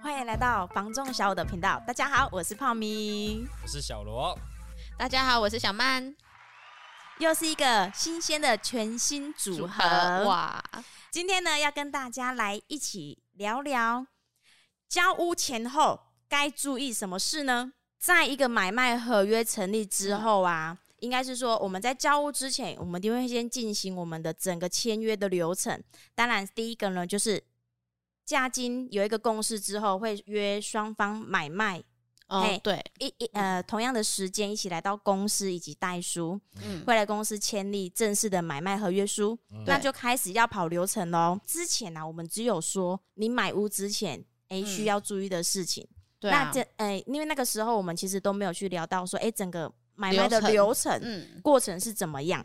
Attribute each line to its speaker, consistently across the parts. Speaker 1: 欢迎来到房仲小五的频道。大家好，我是泡咪，
Speaker 2: 我是小罗，
Speaker 3: 大家好，我是小曼。
Speaker 1: 又是一个新鲜的全新组合。
Speaker 3: 哇，
Speaker 1: 今天呢，要跟大家来一起聊聊交屋前后该注意什么事呢？在一个买卖合约成立之后啊，应该是说我们在交屋之前，我们一定会先进行我们的整个签约的流程。当然，第一个呢就是价金有一个共识之后，会约双方买卖嘿
Speaker 3: 哦，对，
Speaker 1: 一一呃同样的时间一起来到公司以及代书，
Speaker 3: 嗯，
Speaker 1: 会来公司签订正式的买卖合约书。
Speaker 3: 对
Speaker 1: 那就开始要跑流程喽。之前呢、啊，我们只有说你买屋之前，哎、
Speaker 3: 嗯
Speaker 1: 需要注意的事情。
Speaker 3: 对啊
Speaker 1: 那这哎、因为那个时候我们其实都没有去聊到说，哎、整个买卖的
Speaker 3: 流程
Speaker 1: 流程、
Speaker 3: 嗯，
Speaker 1: 过程是怎么样。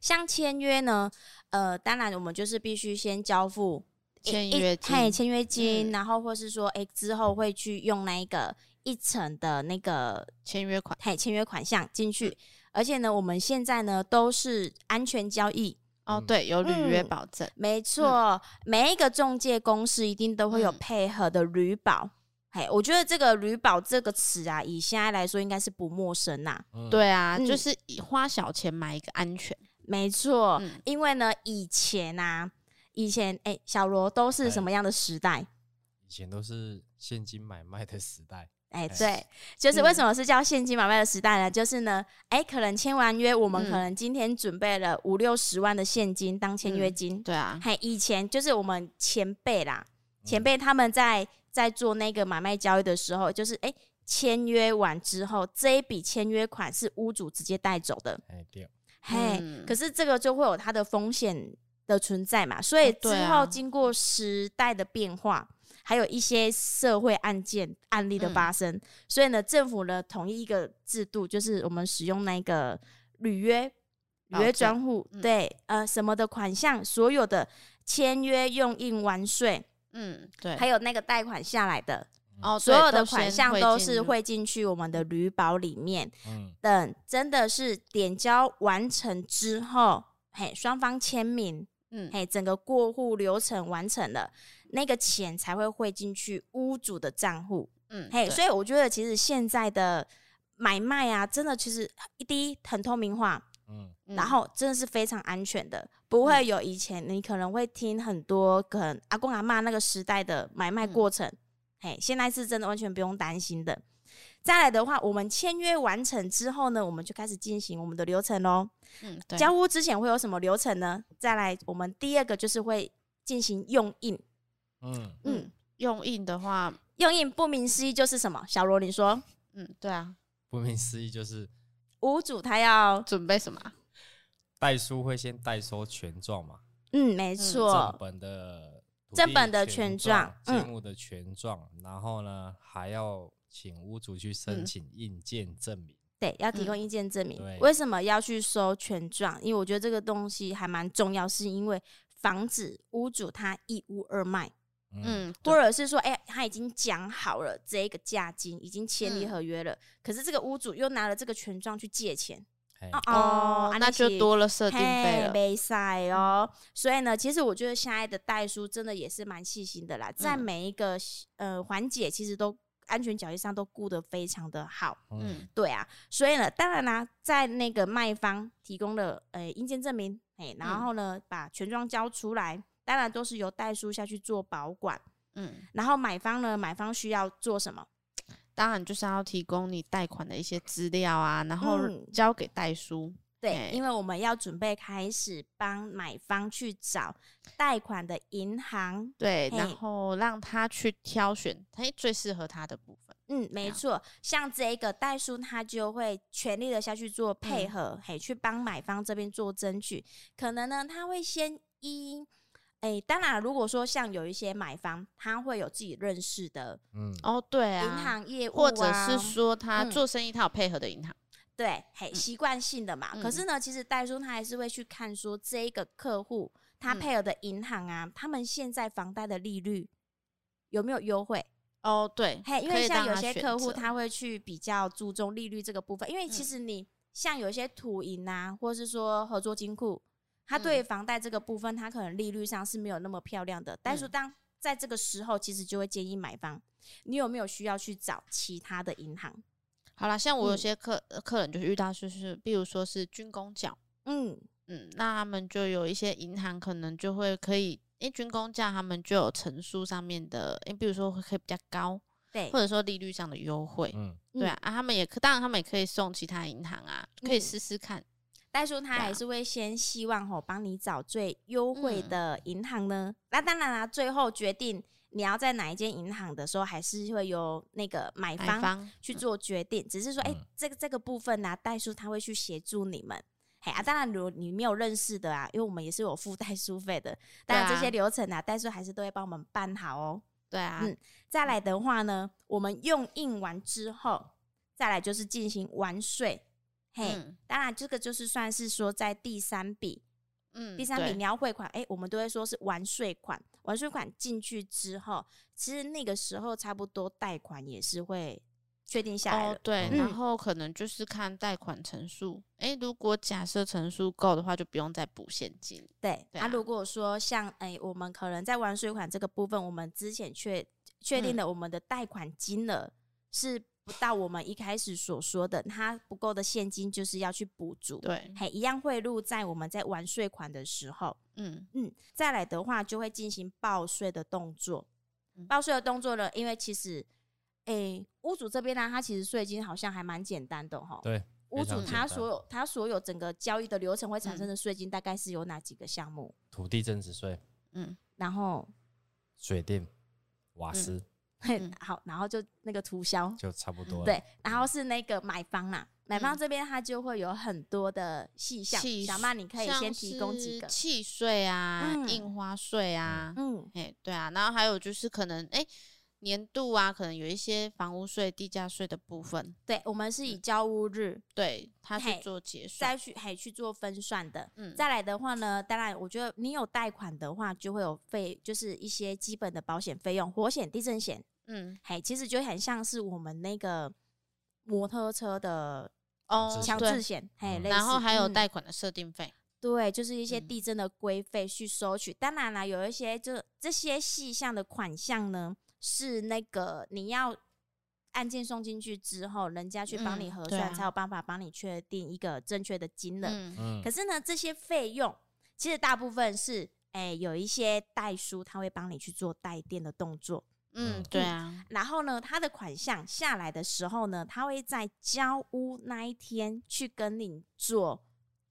Speaker 1: 像签约呢，呃，当然我们就是必须先交付
Speaker 3: 签
Speaker 1: 一
Speaker 3: 约金
Speaker 1: 嘿，签约金，
Speaker 3: 嗯
Speaker 1: 然后或是说，哎、之后会去用那一个一层的那个
Speaker 3: 签约款
Speaker 1: 嘿签约款项进
Speaker 3: 嗯
Speaker 1: 去。而且呢，我们现在呢都是安全交易，
Speaker 3: 哦
Speaker 2: 嗯，
Speaker 3: 对，有履约
Speaker 1: 嗯
Speaker 3: 保证，
Speaker 1: 没错，每一个中介公司一定都会有
Speaker 3: 嗯
Speaker 1: 配合的旅保。嘿，我觉得这个“旅保”这个词啊，以现在来说应该是不陌生呐、
Speaker 2: 嗯，
Speaker 3: 对啊，
Speaker 1: 嗯
Speaker 3: 就是以花小钱买一个安全，
Speaker 1: 没错，
Speaker 3: 嗯
Speaker 1: 因为呢，以前啊，以前哎、小罗都是
Speaker 2: 哎
Speaker 1: 什么样的时代？
Speaker 2: 以前都是现金买卖的时代，
Speaker 1: 哎、
Speaker 2: 哎
Speaker 1: 对，
Speaker 3: 嗯
Speaker 1: 就是为什么是叫现金买卖的时代呢？就是呢，哎、可能签完约，我们
Speaker 3: 嗯
Speaker 1: 可能今天准备了五六十万的现金当签约
Speaker 3: 嗯
Speaker 1: 金，
Speaker 3: 对啊，
Speaker 1: 还以前就是我们前辈啦，
Speaker 2: 嗯
Speaker 1: 前辈他们在在做那个买卖交易的时候，就是哎签、约完之后，这一笔签约款是屋主直接带走的，
Speaker 2: 哎对，
Speaker 1: 嘿，
Speaker 3: 嗯
Speaker 1: 可是这个就会有它的风险的存在嘛，所以
Speaker 3: 哦
Speaker 1: 之
Speaker 3: 对啊
Speaker 1: 后经过时代的变化。还有一些社会案件案例的
Speaker 3: 嗯
Speaker 1: 发生，所以呢，政府呢统一一个制度，就是我们使用那个履约履
Speaker 3: 保
Speaker 1: 约
Speaker 3: 证
Speaker 1: 专户，
Speaker 3: 嗯
Speaker 1: 对，呃，什么的款项，所有的签约、用印、完税，
Speaker 3: 嗯，对，
Speaker 1: 还有那个贷款下来的，
Speaker 2: 嗯
Speaker 3: 哦，
Speaker 1: 所
Speaker 3: 对
Speaker 1: 有的
Speaker 3: 都先
Speaker 1: 款项
Speaker 3: 汇
Speaker 1: 都
Speaker 3: 进嗯
Speaker 1: 是
Speaker 3: 入，
Speaker 1: 汇进去我们的旅保里面。
Speaker 2: 嗯，
Speaker 1: 等真的是点交完成之后，嘿，双方签名，
Speaker 3: 嗯，
Speaker 1: 嘿，整个过户流程完成了，那个钱才会汇进去屋主的账户。
Speaker 3: 嗯，
Speaker 1: 嘿，
Speaker 3: 对
Speaker 1: 所以我觉得其实现在的买卖啊，真的其实第一很透明化，
Speaker 2: 嗯
Speaker 3: 嗯
Speaker 1: 然后真的是非常安全的，不会有以前你可能会听很多可能阿公阿嬷那个时代的买卖过程，嘿，现在是真的完全不用担心的。再来的话，我们签约完成之后呢，我们就开始进行我们的流程喽。
Speaker 3: 嗯，对，
Speaker 1: 交屋之前会有什么流程呢？再来，我们第二个就是会进行用印。
Speaker 2: 嗯，
Speaker 1: 嗯，
Speaker 3: 嗯，用印的话，
Speaker 1: 用印不明思义就是什么？小罗，你说
Speaker 3: 嗯，对啊，
Speaker 2: 顾名思义就是
Speaker 1: 屋主他要
Speaker 3: 准备什么啊？
Speaker 2: 代书会先代收权状嘛，
Speaker 1: 嗯，没
Speaker 2: 正
Speaker 1: 错，
Speaker 2: 本的土地
Speaker 1: 正本的权
Speaker 2: 权
Speaker 1: 状嗯
Speaker 2: 建物的权状，然后呢还要请屋主去申请印鉴证明，
Speaker 1: 对，要提供
Speaker 3: 嗯
Speaker 1: 意见证明。
Speaker 2: 对
Speaker 1: 为什么要去收权状？因为我觉得这个东西还蛮重要，是因为防止屋主他一屋二卖，
Speaker 2: 嗯，
Speaker 3: 嗯，
Speaker 1: 或
Speaker 3: 对，
Speaker 1: 者是说，哎、他已经讲好了这一个价金，已经签立
Speaker 3: 嗯
Speaker 1: 合约了，可是这个屋主又拿了这个权状去借钱，
Speaker 2: 哎
Speaker 1: 哦
Speaker 3: 哦
Speaker 1: 啊，
Speaker 3: 那
Speaker 1: 你
Speaker 3: 就是多了设定费了，嗯
Speaker 1: 被塞哦。所以呢，其实我觉得现在的代书真的也是蛮细心的啦，在
Speaker 3: 嗯
Speaker 1: 每一个呃环节，其实都安全交易上都顾得非常的好。
Speaker 2: 嗯
Speaker 3: 嗯，
Speaker 1: 对啊，所以呢，当然啦、在那个卖方提供了呃印鉴证明，哎，然
Speaker 3: 嗯
Speaker 1: 后呢、把权状交出来，当然都是由代书下去做保管。
Speaker 3: 嗯，
Speaker 1: 然后买方呢，买方需要做什么？
Speaker 3: 当然就是要提供你贷款的一些资料啊，然后
Speaker 1: 嗯
Speaker 3: 交给代书，
Speaker 1: 对
Speaker 3: 哎，
Speaker 1: 因为我们要准备开始帮买方去找贷款的银行。
Speaker 3: 对，然
Speaker 1: 嘿
Speaker 3: 后让他去挑选他最适合他的部分。
Speaker 1: 嗯，没
Speaker 3: 了
Speaker 1: 错，像这个代书，他就会全力的下去做配
Speaker 3: 嗯
Speaker 1: 合，嘿，去帮买方这边做争取。可能呢，他会先依，哎、当然，如果说像有一些买方，他会有自己认识的
Speaker 2: 嗯，
Speaker 3: 哦，对
Speaker 1: 银
Speaker 3: 啊，
Speaker 1: 行业务、啊，
Speaker 3: 或者是说他
Speaker 1: 嗯
Speaker 3: 做生意他有配合的银行，
Speaker 1: 对，嘿，
Speaker 3: 嗯
Speaker 1: 习惯性的嘛。可
Speaker 3: 嗯
Speaker 1: 是呢，其实代书他还是会去看说这一个客户他
Speaker 3: 嗯
Speaker 1: 配合的银行啊，他们现在房贷的利率有没有优惠？
Speaker 3: 哦，对，
Speaker 1: 嘿，因
Speaker 3: 可
Speaker 1: 为
Speaker 3: 以
Speaker 1: 像
Speaker 3: 让
Speaker 1: 有
Speaker 3: 他
Speaker 1: 些
Speaker 3: 选
Speaker 1: 客户
Speaker 3: 择
Speaker 1: 他会去比较注重利率这个部分，因为其
Speaker 3: 嗯
Speaker 1: 实你像有一些土银啊，或是说合作金库，他对
Speaker 3: 嗯
Speaker 1: 房贷这个部分，他可能利率上是没有那么漂亮的。但是
Speaker 3: 嗯
Speaker 1: 当在这个时候，其实就会建议买方，你有没有需要去找其他的银行？
Speaker 3: 好啦，像我有
Speaker 1: 嗯
Speaker 3: 些客、呃客人就是遇到，就是比如说是军工缴，
Speaker 1: 嗯，
Speaker 3: 嗯，那他们就有一些银行可能就会可以，因为军工价他们就有层数上面的，因为比如说会可以比较高，
Speaker 1: 对
Speaker 3: 或，者说利率上的优惠，
Speaker 2: 嗯，
Speaker 3: 对啊，啊他们也可，当然他们也可以送其他银行啊，可以
Speaker 1: 嗯
Speaker 3: 试试看，
Speaker 1: 代叔他
Speaker 3: 对啊
Speaker 1: 还是会先希望吼帮你找最优
Speaker 3: 嗯
Speaker 1: 惠的银行呢。那当然啦、最后决定你要在哪一间银行的时候，还是会由那个买
Speaker 3: 买
Speaker 1: 方
Speaker 3: 方
Speaker 1: 去做决定。只是说，哎、
Speaker 2: 嗯
Speaker 1: 这个这个部分呢、代叔他会去协助你们。嘿
Speaker 3: 嗯
Speaker 1: 啊，当然，如果你没有认识的啊，因为我们也是有付 代书费的，当然
Speaker 3: 对
Speaker 1: 这
Speaker 3: 啊
Speaker 1: 些流程啊，代书还是都会帮我们办好哦。
Speaker 3: 对啊，
Speaker 1: 嗯再来的话呢，我们用印完之后，再来就是进行完税。嘿，
Speaker 3: 嗯
Speaker 1: 当然这个就是算是说在第三笔，
Speaker 3: 嗯，
Speaker 1: 第三笔
Speaker 3: 对
Speaker 1: 你要汇款，哎、我们都会说是完税款。完税款进去之后，其实那个时候差不多贷款也是会确定下来了。
Speaker 3: 哦，对，
Speaker 1: 嗯
Speaker 3: 然后可能就是看贷款成数，诶，如果假设成数够的话，就不用再补现金，
Speaker 1: 对，
Speaker 3: 对
Speaker 1: 那、
Speaker 3: 啊
Speaker 1: 如果说像哎、我们可能在完税款这个部分，我们之前确确定
Speaker 3: 嗯
Speaker 1: 了我们的贷款金额是不到我们一开始所说的，它不够的现金就是要去补足，
Speaker 3: 对，
Speaker 1: 还一样汇入在我们在完税款的时候，
Speaker 3: 嗯，
Speaker 1: 嗯，再来的话就会进行报税的动作
Speaker 3: 嗯。
Speaker 1: 报税的动作呢，因为其实，诶、屋主这边呢、他其实税金好像还蛮简单的哈。
Speaker 2: 对，
Speaker 1: 屋
Speaker 2: 非常
Speaker 1: 主
Speaker 2: 简
Speaker 1: 他
Speaker 2: 单
Speaker 1: 所有他所有整个交易的流程会产生
Speaker 3: 嗯
Speaker 1: 的税金大概是有哪几个项目？
Speaker 2: 土地增值税、
Speaker 3: 嗯，
Speaker 1: 然后，
Speaker 2: 水电、瓦斯
Speaker 1: 嘿
Speaker 3: 嗯，
Speaker 1: 好，然后就那个涂销，
Speaker 2: 就差不多了。
Speaker 1: 对，然后是那个买方啦，买方
Speaker 3: 嗯
Speaker 1: 这边他就会有很多的细项，
Speaker 3: 气
Speaker 1: 小曼你可以
Speaker 3: 像
Speaker 1: 先提供几
Speaker 3: 是
Speaker 1: 个，
Speaker 3: 契税啊、
Speaker 1: 嗯
Speaker 3: 印花税啊，
Speaker 1: 嗯，
Speaker 3: 哎、对啊，然后还有就是可能哎、年度啊，可能有一些房屋税、地价税的部分，
Speaker 1: 对，我们是以交屋日
Speaker 3: 对，它嗯是
Speaker 1: 嘿
Speaker 3: 做结算，
Speaker 1: 再去还去做分算的，
Speaker 3: 嗯，
Speaker 1: 再来的话呢，当然，我觉得你有贷款的话，就会有费，就是一些基本的保险费用，火险、地震险，
Speaker 3: 嗯
Speaker 1: 嘿，其实就很像是我们那个摩托车的
Speaker 3: 哦，
Speaker 1: 强
Speaker 3: 对
Speaker 1: 制险，嘿，
Speaker 2: 嗯
Speaker 1: 类似
Speaker 3: 然后还有
Speaker 1: 嗯
Speaker 3: 贷款的设定费，
Speaker 1: 对，就是一些
Speaker 3: 嗯
Speaker 1: 地震的规费去收取。当然啦，有一些就这些细项的款项呢，是那个你要案件送进去之后，人家去帮你
Speaker 3: 嗯
Speaker 1: 核
Speaker 3: 对
Speaker 1: 算，
Speaker 3: 啊
Speaker 1: 才有办法帮你确定一个正确的金额。
Speaker 3: 嗯
Speaker 2: 嗯
Speaker 1: 可，是呢，这些费用其实大部分是，哎、有一些代书他会帮你去做代垫的动作，
Speaker 3: 嗯
Speaker 2: 嗯，
Speaker 3: 对啊，
Speaker 1: 然后呢，他的款项下来的时候呢，他会在交屋那一天去跟你做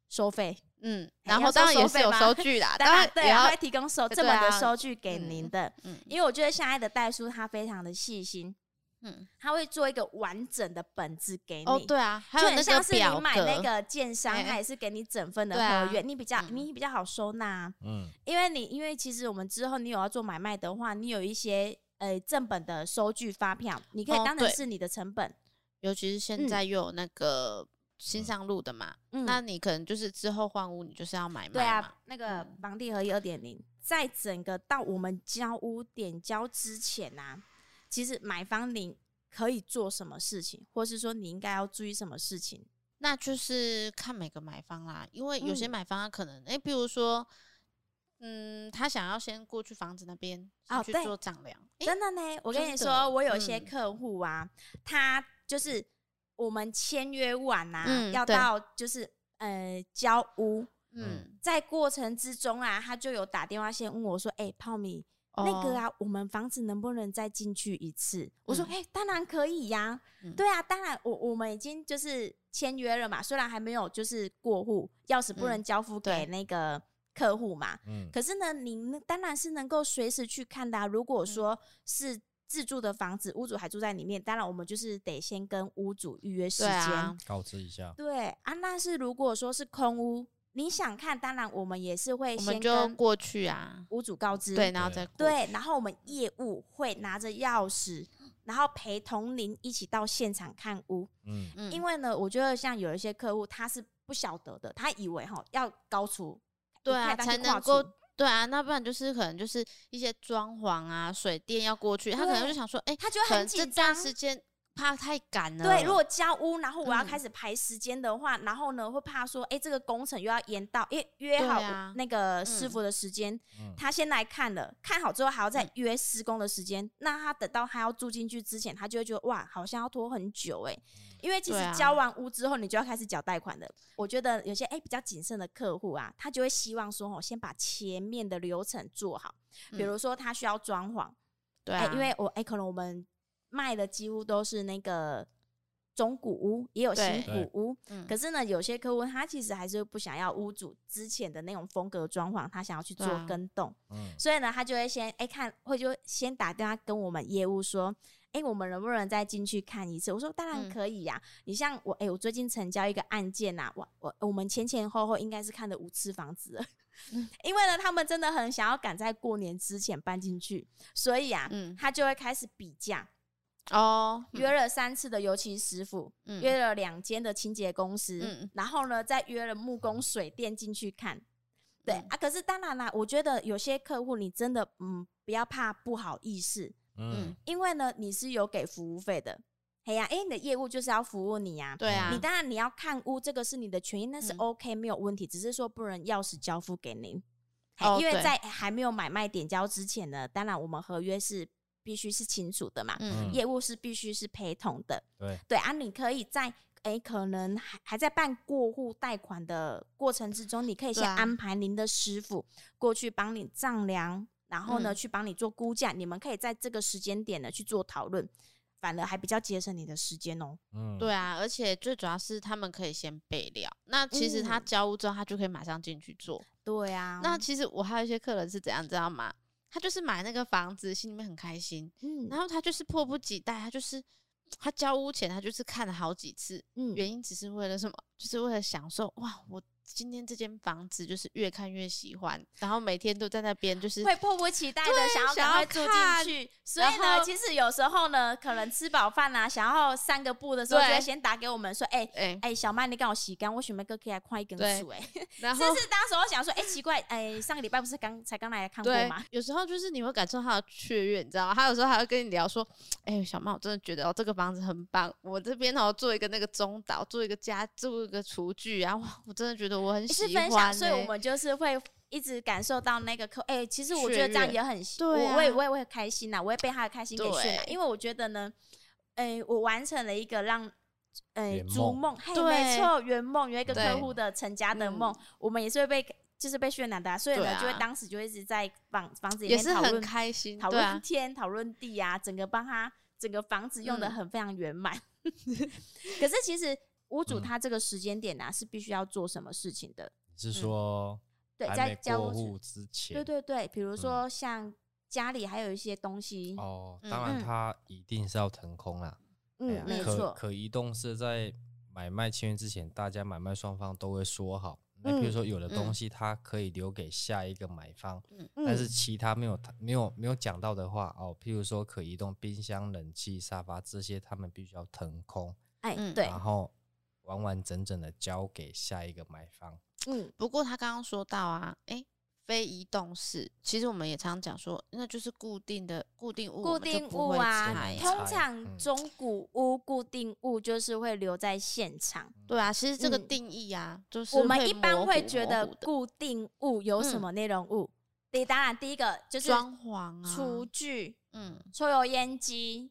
Speaker 1: 收费，
Speaker 3: 嗯，
Speaker 1: 哎
Speaker 3: 然
Speaker 1: 要说
Speaker 3: 后当然
Speaker 1: 收
Speaker 3: 也是
Speaker 1: 费
Speaker 3: 有
Speaker 1: 吗
Speaker 3: 收据 啦，
Speaker 1: 当然
Speaker 3: 然
Speaker 1: 对
Speaker 3: 也
Speaker 1: 啊，他
Speaker 3: 要
Speaker 1: 会，提供收
Speaker 3: 对
Speaker 1: 这么的
Speaker 3: 啊
Speaker 1: 收据给
Speaker 3: 嗯
Speaker 1: 您的，
Speaker 3: 嗯
Speaker 1: 因为我觉得下一的代书他非常的细心，
Speaker 3: 嗯，
Speaker 1: 他会做一个完整的本子给你。
Speaker 3: 哦，对啊，还
Speaker 1: 就
Speaker 3: 有
Speaker 1: 很
Speaker 3: 那
Speaker 1: 像
Speaker 3: 个
Speaker 1: 是
Speaker 3: 表
Speaker 1: 你
Speaker 3: 格，
Speaker 1: 买那个建商，
Speaker 3: 哎
Speaker 1: 他也是给你整份的
Speaker 3: 对啊
Speaker 1: 合约，你比较
Speaker 3: 嗯
Speaker 1: 你比较好收纳啊。
Speaker 2: 嗯，
Speaker 1: 因为你因为其实我们之后你有要做买卖的话，你有一些呃正本的收据发票，你可以
Speaker 3: 哦
Speaker 1: 当成
Speaker 3: 对
Speaker 1: 是你的成本。
Speaker 3: 尤其是现
Speaker 1: 嗯
Speaker 3: 在又有那个新上路的嘛，
Speaker 1: 嗯，
Speaker 3: 那你可能就是之后换屋，你就是要买卖嘛，
Speaker 1: 对啊，那个
Speaker 3: 嗯
Speaker 1: 房地合一二点零，在整个到我们交屋点交之前啊，其实买方您可以做什么事情，或是说你应该要注意什么事情？
Speaker 3: 那就是看每个买方啦，因为有些
Speaker 1: 嗯
Speaker 3: 买方他可能，诶，比如说，嗯，他想要先过去房子那边
Speaker 1: 哦
Speaker 3: 先去
Speaker 1: 对
Speaker 3: 做丈量，诶
Speaker 1: 真的呢，我跟
Speaker 3: 真
Speaker 1: 你
Speaker 3: 的
Speaker 1: 说，我有一些
Speaker 3: 嗯
Speaker 1: 客户啊，他就是我们签约完啊，
Speaker 3: 嗯
Speaker 1: 要
Speaker 3: 对
Speaker 1: 到就是呃交屋，
Speaker 3: 嗯，
Speaker 1: 在过程之中啊，他就有打电话先问我说：“哎、泡米，那个
Speaker 3: 哦，
Speaker 1: 啊，我们房子能不能再进去一次？”我说：“
Speaker 3: 嗯
Speaker 1: 哎、当然可以呀、
Speaker 3: 嗯
Speaker 1: 对啊，当然我我们已经就是签约了嘛，虽然还没有就是过户，钥匙不能交付给
Speaker 3: 嗯对
Speaker 1: 那个客户嘛，
Speaker 2: 嗯，
Speaker 1: 可是呢，您呢当然是能够随时去看的啊、如
Speaker 3: 嗯
Speaker 1: 果说是自住的房子，屋主还住在里面，当然我们就是得先跟屋主预约时
Speaker 3: 对
Speaker 1: 间。
Speaker 3: 啊，
Speaker 2: 告知一下，
Speaker 1: 对啊，那是如果说是空屋，你想看，当然我们也是会
Speaker 3: 我们
Speaker 1: 先
Speaker 3: 就
Speaker 1: 跟
Speaker 3: 过去啊，
Speaker 1: 屋主告知，
Speaker 3: 对，然后
Speaker 2: 对
Speaker 3: 再过去，
Speaker 1: 对然后我们业务会拿着钥匙，然后陪同您一起到现场看屋，
Speaker 2: 嗯，
Speaker 3: 嗯，
Speaker 1: 因为呢，我觉得像有一些客户他是不晓得的，他以为哈要高出，
Speaker 3: 对
Speaker 1: 你
Speaker 3: 啊，
Speaker 1: 看他去
Speaker 3: 才能
Speaker 1: 跨
Speaker 3: 够
Speaker 1: 出。
Speaker 3: 对啊，那不然就是可能就是一些装潢啊、水电要过去，他可能
Speaker 1: 对
Speaker 3: 就想说，诶，
Speaker 1: 他就会
Speaker 3: 可
Speaker 1: 很
Speaker 3: 能这
Speaker 1: 紧张
Speaker 3: 段，时间怕太赶了。
Speaker 1: 对，如果交屋，然后我要
Speaker 3: 嗯
Speaker 1: 开始排时间的话，然后呢会怕说，哎、这个工程又要延到，哎、约
Speaker 3: 对
Speaker 1: 好
Speaker 3: 啊
Speaker 1: 那个师
Speaker 3: 嗯
Speaker 1: 傅的时间，
Speaker 2: 嗯
Speaker 1: 他先来看了，看好之后还要再约施工的时间，那他等到他要住进去之前，他就会觉得哇，好像要拖很久哎、因为其
Speaker 3: 对
Speaker 1: 实
Speaker 3: 啊
Speaker 1: 交完屋之后，你就要开始缴贷款了。我觉得有些哎、比较谨慎的客户啊，他就会希望说哦，先把前面的流程做好，比
Speaker 3: 嗯
Speaker 1: 如说他需要装潢，
Speaker 3: 对
Speaker 1: 哎、
Speaker 3: 啊，
Speaker 1: 因为我哎、可能我们卖的几乎都是那个中古屋，也有新
Speaker 3: 对
Speaker 1: 古屋。
Speaker 3: 嗯
Speaker 1: 可是呢，有些客户他其实还是不想要屋主之前的那种风格装潢，他想要去做
Speaker 3: 对啊
Speaker 1: 更动，
Speaker 2: 嗯
Speaker 1: 所以呢，他就会先哎、看，会就先打电话跟我们业务说。哎、我们能不能再进去看一次？我说当然
Speaker 3: 嗯
Speaker 1: 可以呀、你像我，哎、我最近成交一个案件呐、我我我们前前后后应该是看了五次房子 了，
Speaker 3: 嗯
Speaker 1: 因为呢，他们真的很想要赶在过年之前搬进去，所以啊，
Speaker 3: 嗯
Speaker 1: 他就会开始比价，
Speaker 3: 哦，
Speaker 1: 约了三次的油漆师傅，
Speaker 3: 嗯
Speaker 1: 约了两间的清洁公司，
Speaker 3: 嗯
Speaker 1: 然后呢，再约了木工、水电进去看。对、
Speaker 3: 嗯
Speaker 1: 啊，可是当然啦，我觉得有些客户你真的嗯不要怕不好意思，
Speaker 2: 嗯
Speaker 1: 因为呢你是有给服务费的。哎呀，哎、你的业务就是要服务你呀、
Speaker 3: 对啊，
Speaker 1: 你当然你要看屋，这个是你的权益，那是
Speaker 3: 嗯
Speaker 1: OK、没有问题，只是说不能钥匙交付给您。嘿
Speaker 3: 哦
Speaker 1: 因为
Speaker 3: 对
Speaker 1: 在还没有买卖点交之前呢，当然我们合约是必须是清楚的嘛，
Speaker 3: 嗯
Speaker 2: 嗯
Speaker 1: 业务是必须是陪同的。
Speaker 2: 对，
Speaker 1: 对啊，你可以在诶、可能还还在办过户贷款的过程之中，你可以
Speaker 3: 对
Speaker 1: 先
Speaker 3: 啊
Speaker 1: 安排您的师傅过去帮你丈量，然后呢、
Speaker 3: 嗯
Speaker 1: 去帮你做估价，你们可以在这个时间点呢去做讨论，反而还比较节省你的时间哦、
Speaker 2: 嗯
Speaker 3: 对啊，而且最主要是他们可以先备料，那其实他
Speaker 1: 嗯
Speaker 3: 交屋之后，他就可以马上进去做。
Speaker 1: 对啊，
Speaker 3: 那其实我还有一些客人是怎样，知道吗？他就是买那个房子，心里面很开心，
Speaker 1: 嗯
Speaker 3: 然后他就是迫不及待，他就是他交屋前，他就是看了好几次，
Speaker 1: 嗯
Speaker 3: 原因只是为了什么？就是为了享受哇，我今天这间房子就是越看越喜欢，然后每天都在那边就是
Speaker 1: 会迫不及待的想要赶
Speaker 3: 想
Speaker 1: 快
Speaker 3: 要
Speaker 1: 住
Speaker 3: 看
Speaker 1: 进去，所以
Speaker 3: 然
Speaker 1: 呢，
Speaker 3: 后
Speaker 1: 其实有时候呢，可能吃饱饭啊，想要散个步的时候，就
Speaker 3: 对
Speaker 1: 会先打给我们说，哎、
Speaker 3: 哎、
Speaker 1: 哎、小麦，你刚好洗干，我选麦哥可以来快一根
Speaker 3: 对
Speaker 1: 树哎。
Speaker 3: 然后
Speaker 1: 甚至当时我想说，哎、奇怪，哎、上个礼拜不是刚才刚来看过
Speaker 3: 对
Speaker 1: 吗？，
Speaker 3: 有时候就是你会感受他的雀跃，你知道吗？他有时候还会跟你聊说：“哎、小曼，我真的觉得哦，这个房子很棒，我这边哦做一个那个中岛，做一个家，做一个厨具啊，哇，我真的觉得我很
Speaker 1: 是
Speaker 3: 喜
Speaker 1: 分
Speaker 3: 欢、欸
Speaker 1: 享，所以我们就是会一直感受到那个客。哎、其实我觉得这样也很，
Speaker 3: 对啊
Speaker 1: 我我也我也会开心呐、我会被他的开心给渲染，
Speaker 3: 对
Speaker 1: 因为我觉得呢，哎、我完成了一个让。哎，
Speaker 2: 圆梦
Speaker 1: 逐梦，嘿，
Speaker 3: 对
Speaker 1: 没错，圆梦有一个
Speaker 3: 对嗯
Speaker 1: 客户的成家的梦，我们也是会被，就是被渲染的啊、所以
Speaker 3: 对
Speaker 1: 呢，
Speaker 3: 啊
Speaker 1: 就会当时就一直在房房子里
Speaker 3: 也
Speaker 1: 面
Speaker 3: 是
Speaker 1: 讨
Speaker 3: 很
Speaker 1: 论
Speaker 3: 开心，
Speaker 1: 讨
Speaker 3: 对啊
Speaker 1: 论，天、讨论地啊，整个帮他整个房子用的
Speaker 3: 嗯
Speaker 1: 很非常圆满。 可是其实屋主
Speaker 2: 嗯
Speaker 1: 他这个时间点啊，是必须要做什么事情的？
Speaker 2: 你是说
Speaker 1: 嗯对，
Speaker 2: 还
Speaker 1: 在
Speaker 2: 没
Speaker 1: 交
Speaker 2: 过
Speaker 1: 屋
Speaker 2: 户
Speaker 1: 时，
Speaker 2: 之
Speaker 1: 对
Speaker 2: 前？
Speaker 1: 对对，比
Speaker 3: 嗯
Speaker 1: 如说像家里还有一些东西，
Speaker 2: 哦，
Speaker 3: 嗯
Speaker 2: 当
Speaker 1: 嗯
Speaker 2: 然它一定是要腾空啦。哎呀
Speaker 1: 嗯，没
Speaker 2: 可
Speaker 1: 错，
Speaker 2: 可移动是在买卖签约之前，大家买卖双方都会说好。那比如
Speaker 1: 嗯
Speaker 2: 说，有的东
Speaker 3: 嗯
Speaker 2: 西它可以留给下一个买方，但是
Speaker 1: 嗯
Speaker 2: 其他没有谈没有没有讲到的话哦，譬如说可移动冰箱、冷气、沙发这些，他们必须要腾空，
Speaker 1: 哎、
Speaker 3: 嗯
Speaker 1: 对，
Speaker 2: 然后完完整整的交给下一个买方。
Speaker 1: 嗯
Speaker 3: 不过他刚刚说到啊，哎、非移动式，其实我们也常讲说，那就是固定的固定物，
Speaker 1: 固定物啊
Speaker 3: 我们就不会拆
Speaker 2: 通
Speaker 1: 通
Speaker 2: 拆
Speaker 1: 常
Speaker 2: 嗯
Speaker 1: 中古屋固定物就是会留在现场。
Speaker 3: 对啊，其实这个
Speaker 1: 嗯
Speaker 3: 定义啊，就是
Speaker 1: 我们一般
Speaker 3: 模
Speaker 1: 会
Speaker 3: 糊
Speaker 1: 觉
Speaker 3: 模
Speaker 1: 得
Speaker 3: 糊的
Speaker 1: 固定物有什
Speaker 3: 嗯
Speaker 1: 么内容物？对，当然第一个就是
Speaker 3: 装潢啊，
Speaker 1: 厨具、
Speaker 3: 嗯
Speaker 1: 抽油烟机，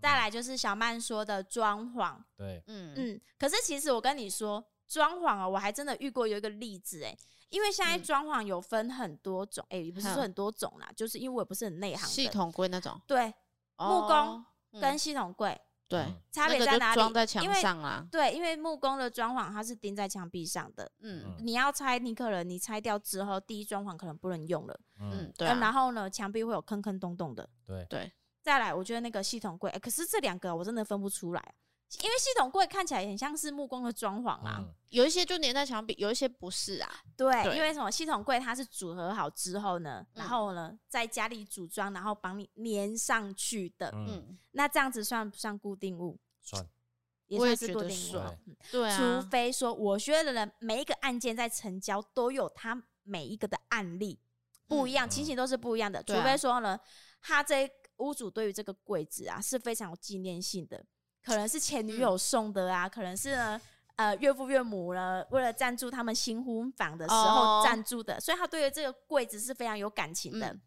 Speaker 1: 再
Speaker 2: 嗯
Speaker 1: 来就是小曼说的装潢。
Speaker 2: 对，
Speaker 3: 嗯嗯
Speaker 1: 嗯，可是其实我跟你说，装潢啊，我还真的遇过有一个例子哎、因为现在
Speaker 3: 嗯
Speaker 1: 装潢有分很多种，哎、也不是说
Speaker 3: 哼
Speaker 1: 很多种啦，就是因为我也不是很内行的。
Speaker 3: 系统柜那种
Speaker 1: 对，木工
Speaker 3: 哦嗯
Speaker 1: 跟系统柜、
Speaker 3: 对，
Speaker 2: 嗯
Speaker 1: 差别
Speaker 3: 那
Speaker 1: 在
Speaker 3: 个
Speaker 1: 哪里？
Speaker 3: 就装在墙
Speaker 1: 因为
Speaker 3: 上啦。
Speaker 1: 对，因为木工的装潢它是钉在墙壁上的，
Speaker 3: 嗯
Speaker 2: 嗯
Speaker 1: 你要拆，你可能你拆掉之后，第一装潢可能不能用了，
Speaker 2: 嗯
Speaker 3: 嗯，对
Speaker 1: 呃
Speaker 3: 啊，
Speaker 1: 然后呢，墙壁会有坑坑洞洞的。
Speaker 2: 对，
Speaker 3: 对，
Speaker 1: 再来，我觉得那个系统柜、诶哎可是这两个我真的分不出来，因为系统柜看起来很像是木工的装潢啊。
Speaker 2: 嗯
Speaker 3: 有一些就粘在墙壁，有一些不是啊。
Speaker 1: 对，
Speaker 3: 对
Speaker 1: 因为什么系统柜它是组合好之后呢，
Speaker 3: 嗯
Speaker 1: 然后呢在家里组装，然后帮你粘上去的。
Speaker 2: 嗯，
Speaker 3: 嗯，
Speaker 1: 那这样子算不算固定物？
Speaker 2: 算嗯
Speaker 1: 也
Speaker 3: 我
Speaker 1: 算
Speaker 3: 也
Speaker 1: 是
Speaker 3: 觉
Speaker 1: 固
Speaker 3: 得
Speaker 1: 定物
Speaker 3: 算
Speaker 1: 嘛。嗯
Speaker 3: 对啊
Speaker 1: 除，非说，我觉得呢，每一个案件在成交都有它每一个的案例不一样，情
Speaker 2: 嗯
Speaker 1: 形都是不一样的。除
Speaker 3: 对啊
Speaker 1: 非说呢，他这屋主对于这个柜子啊是非常有纪念性的，可能是前女
Speaker 3: 嗯
Speaker 1: 友送的啊，可能是呢呃岳父岳母呢为了赞助他们新婚房的时
Speaker 3: 哦
Speaker 1: 候赞助的，所以他对于这个柜子是非常有感情的。
Speaker 3: 嗯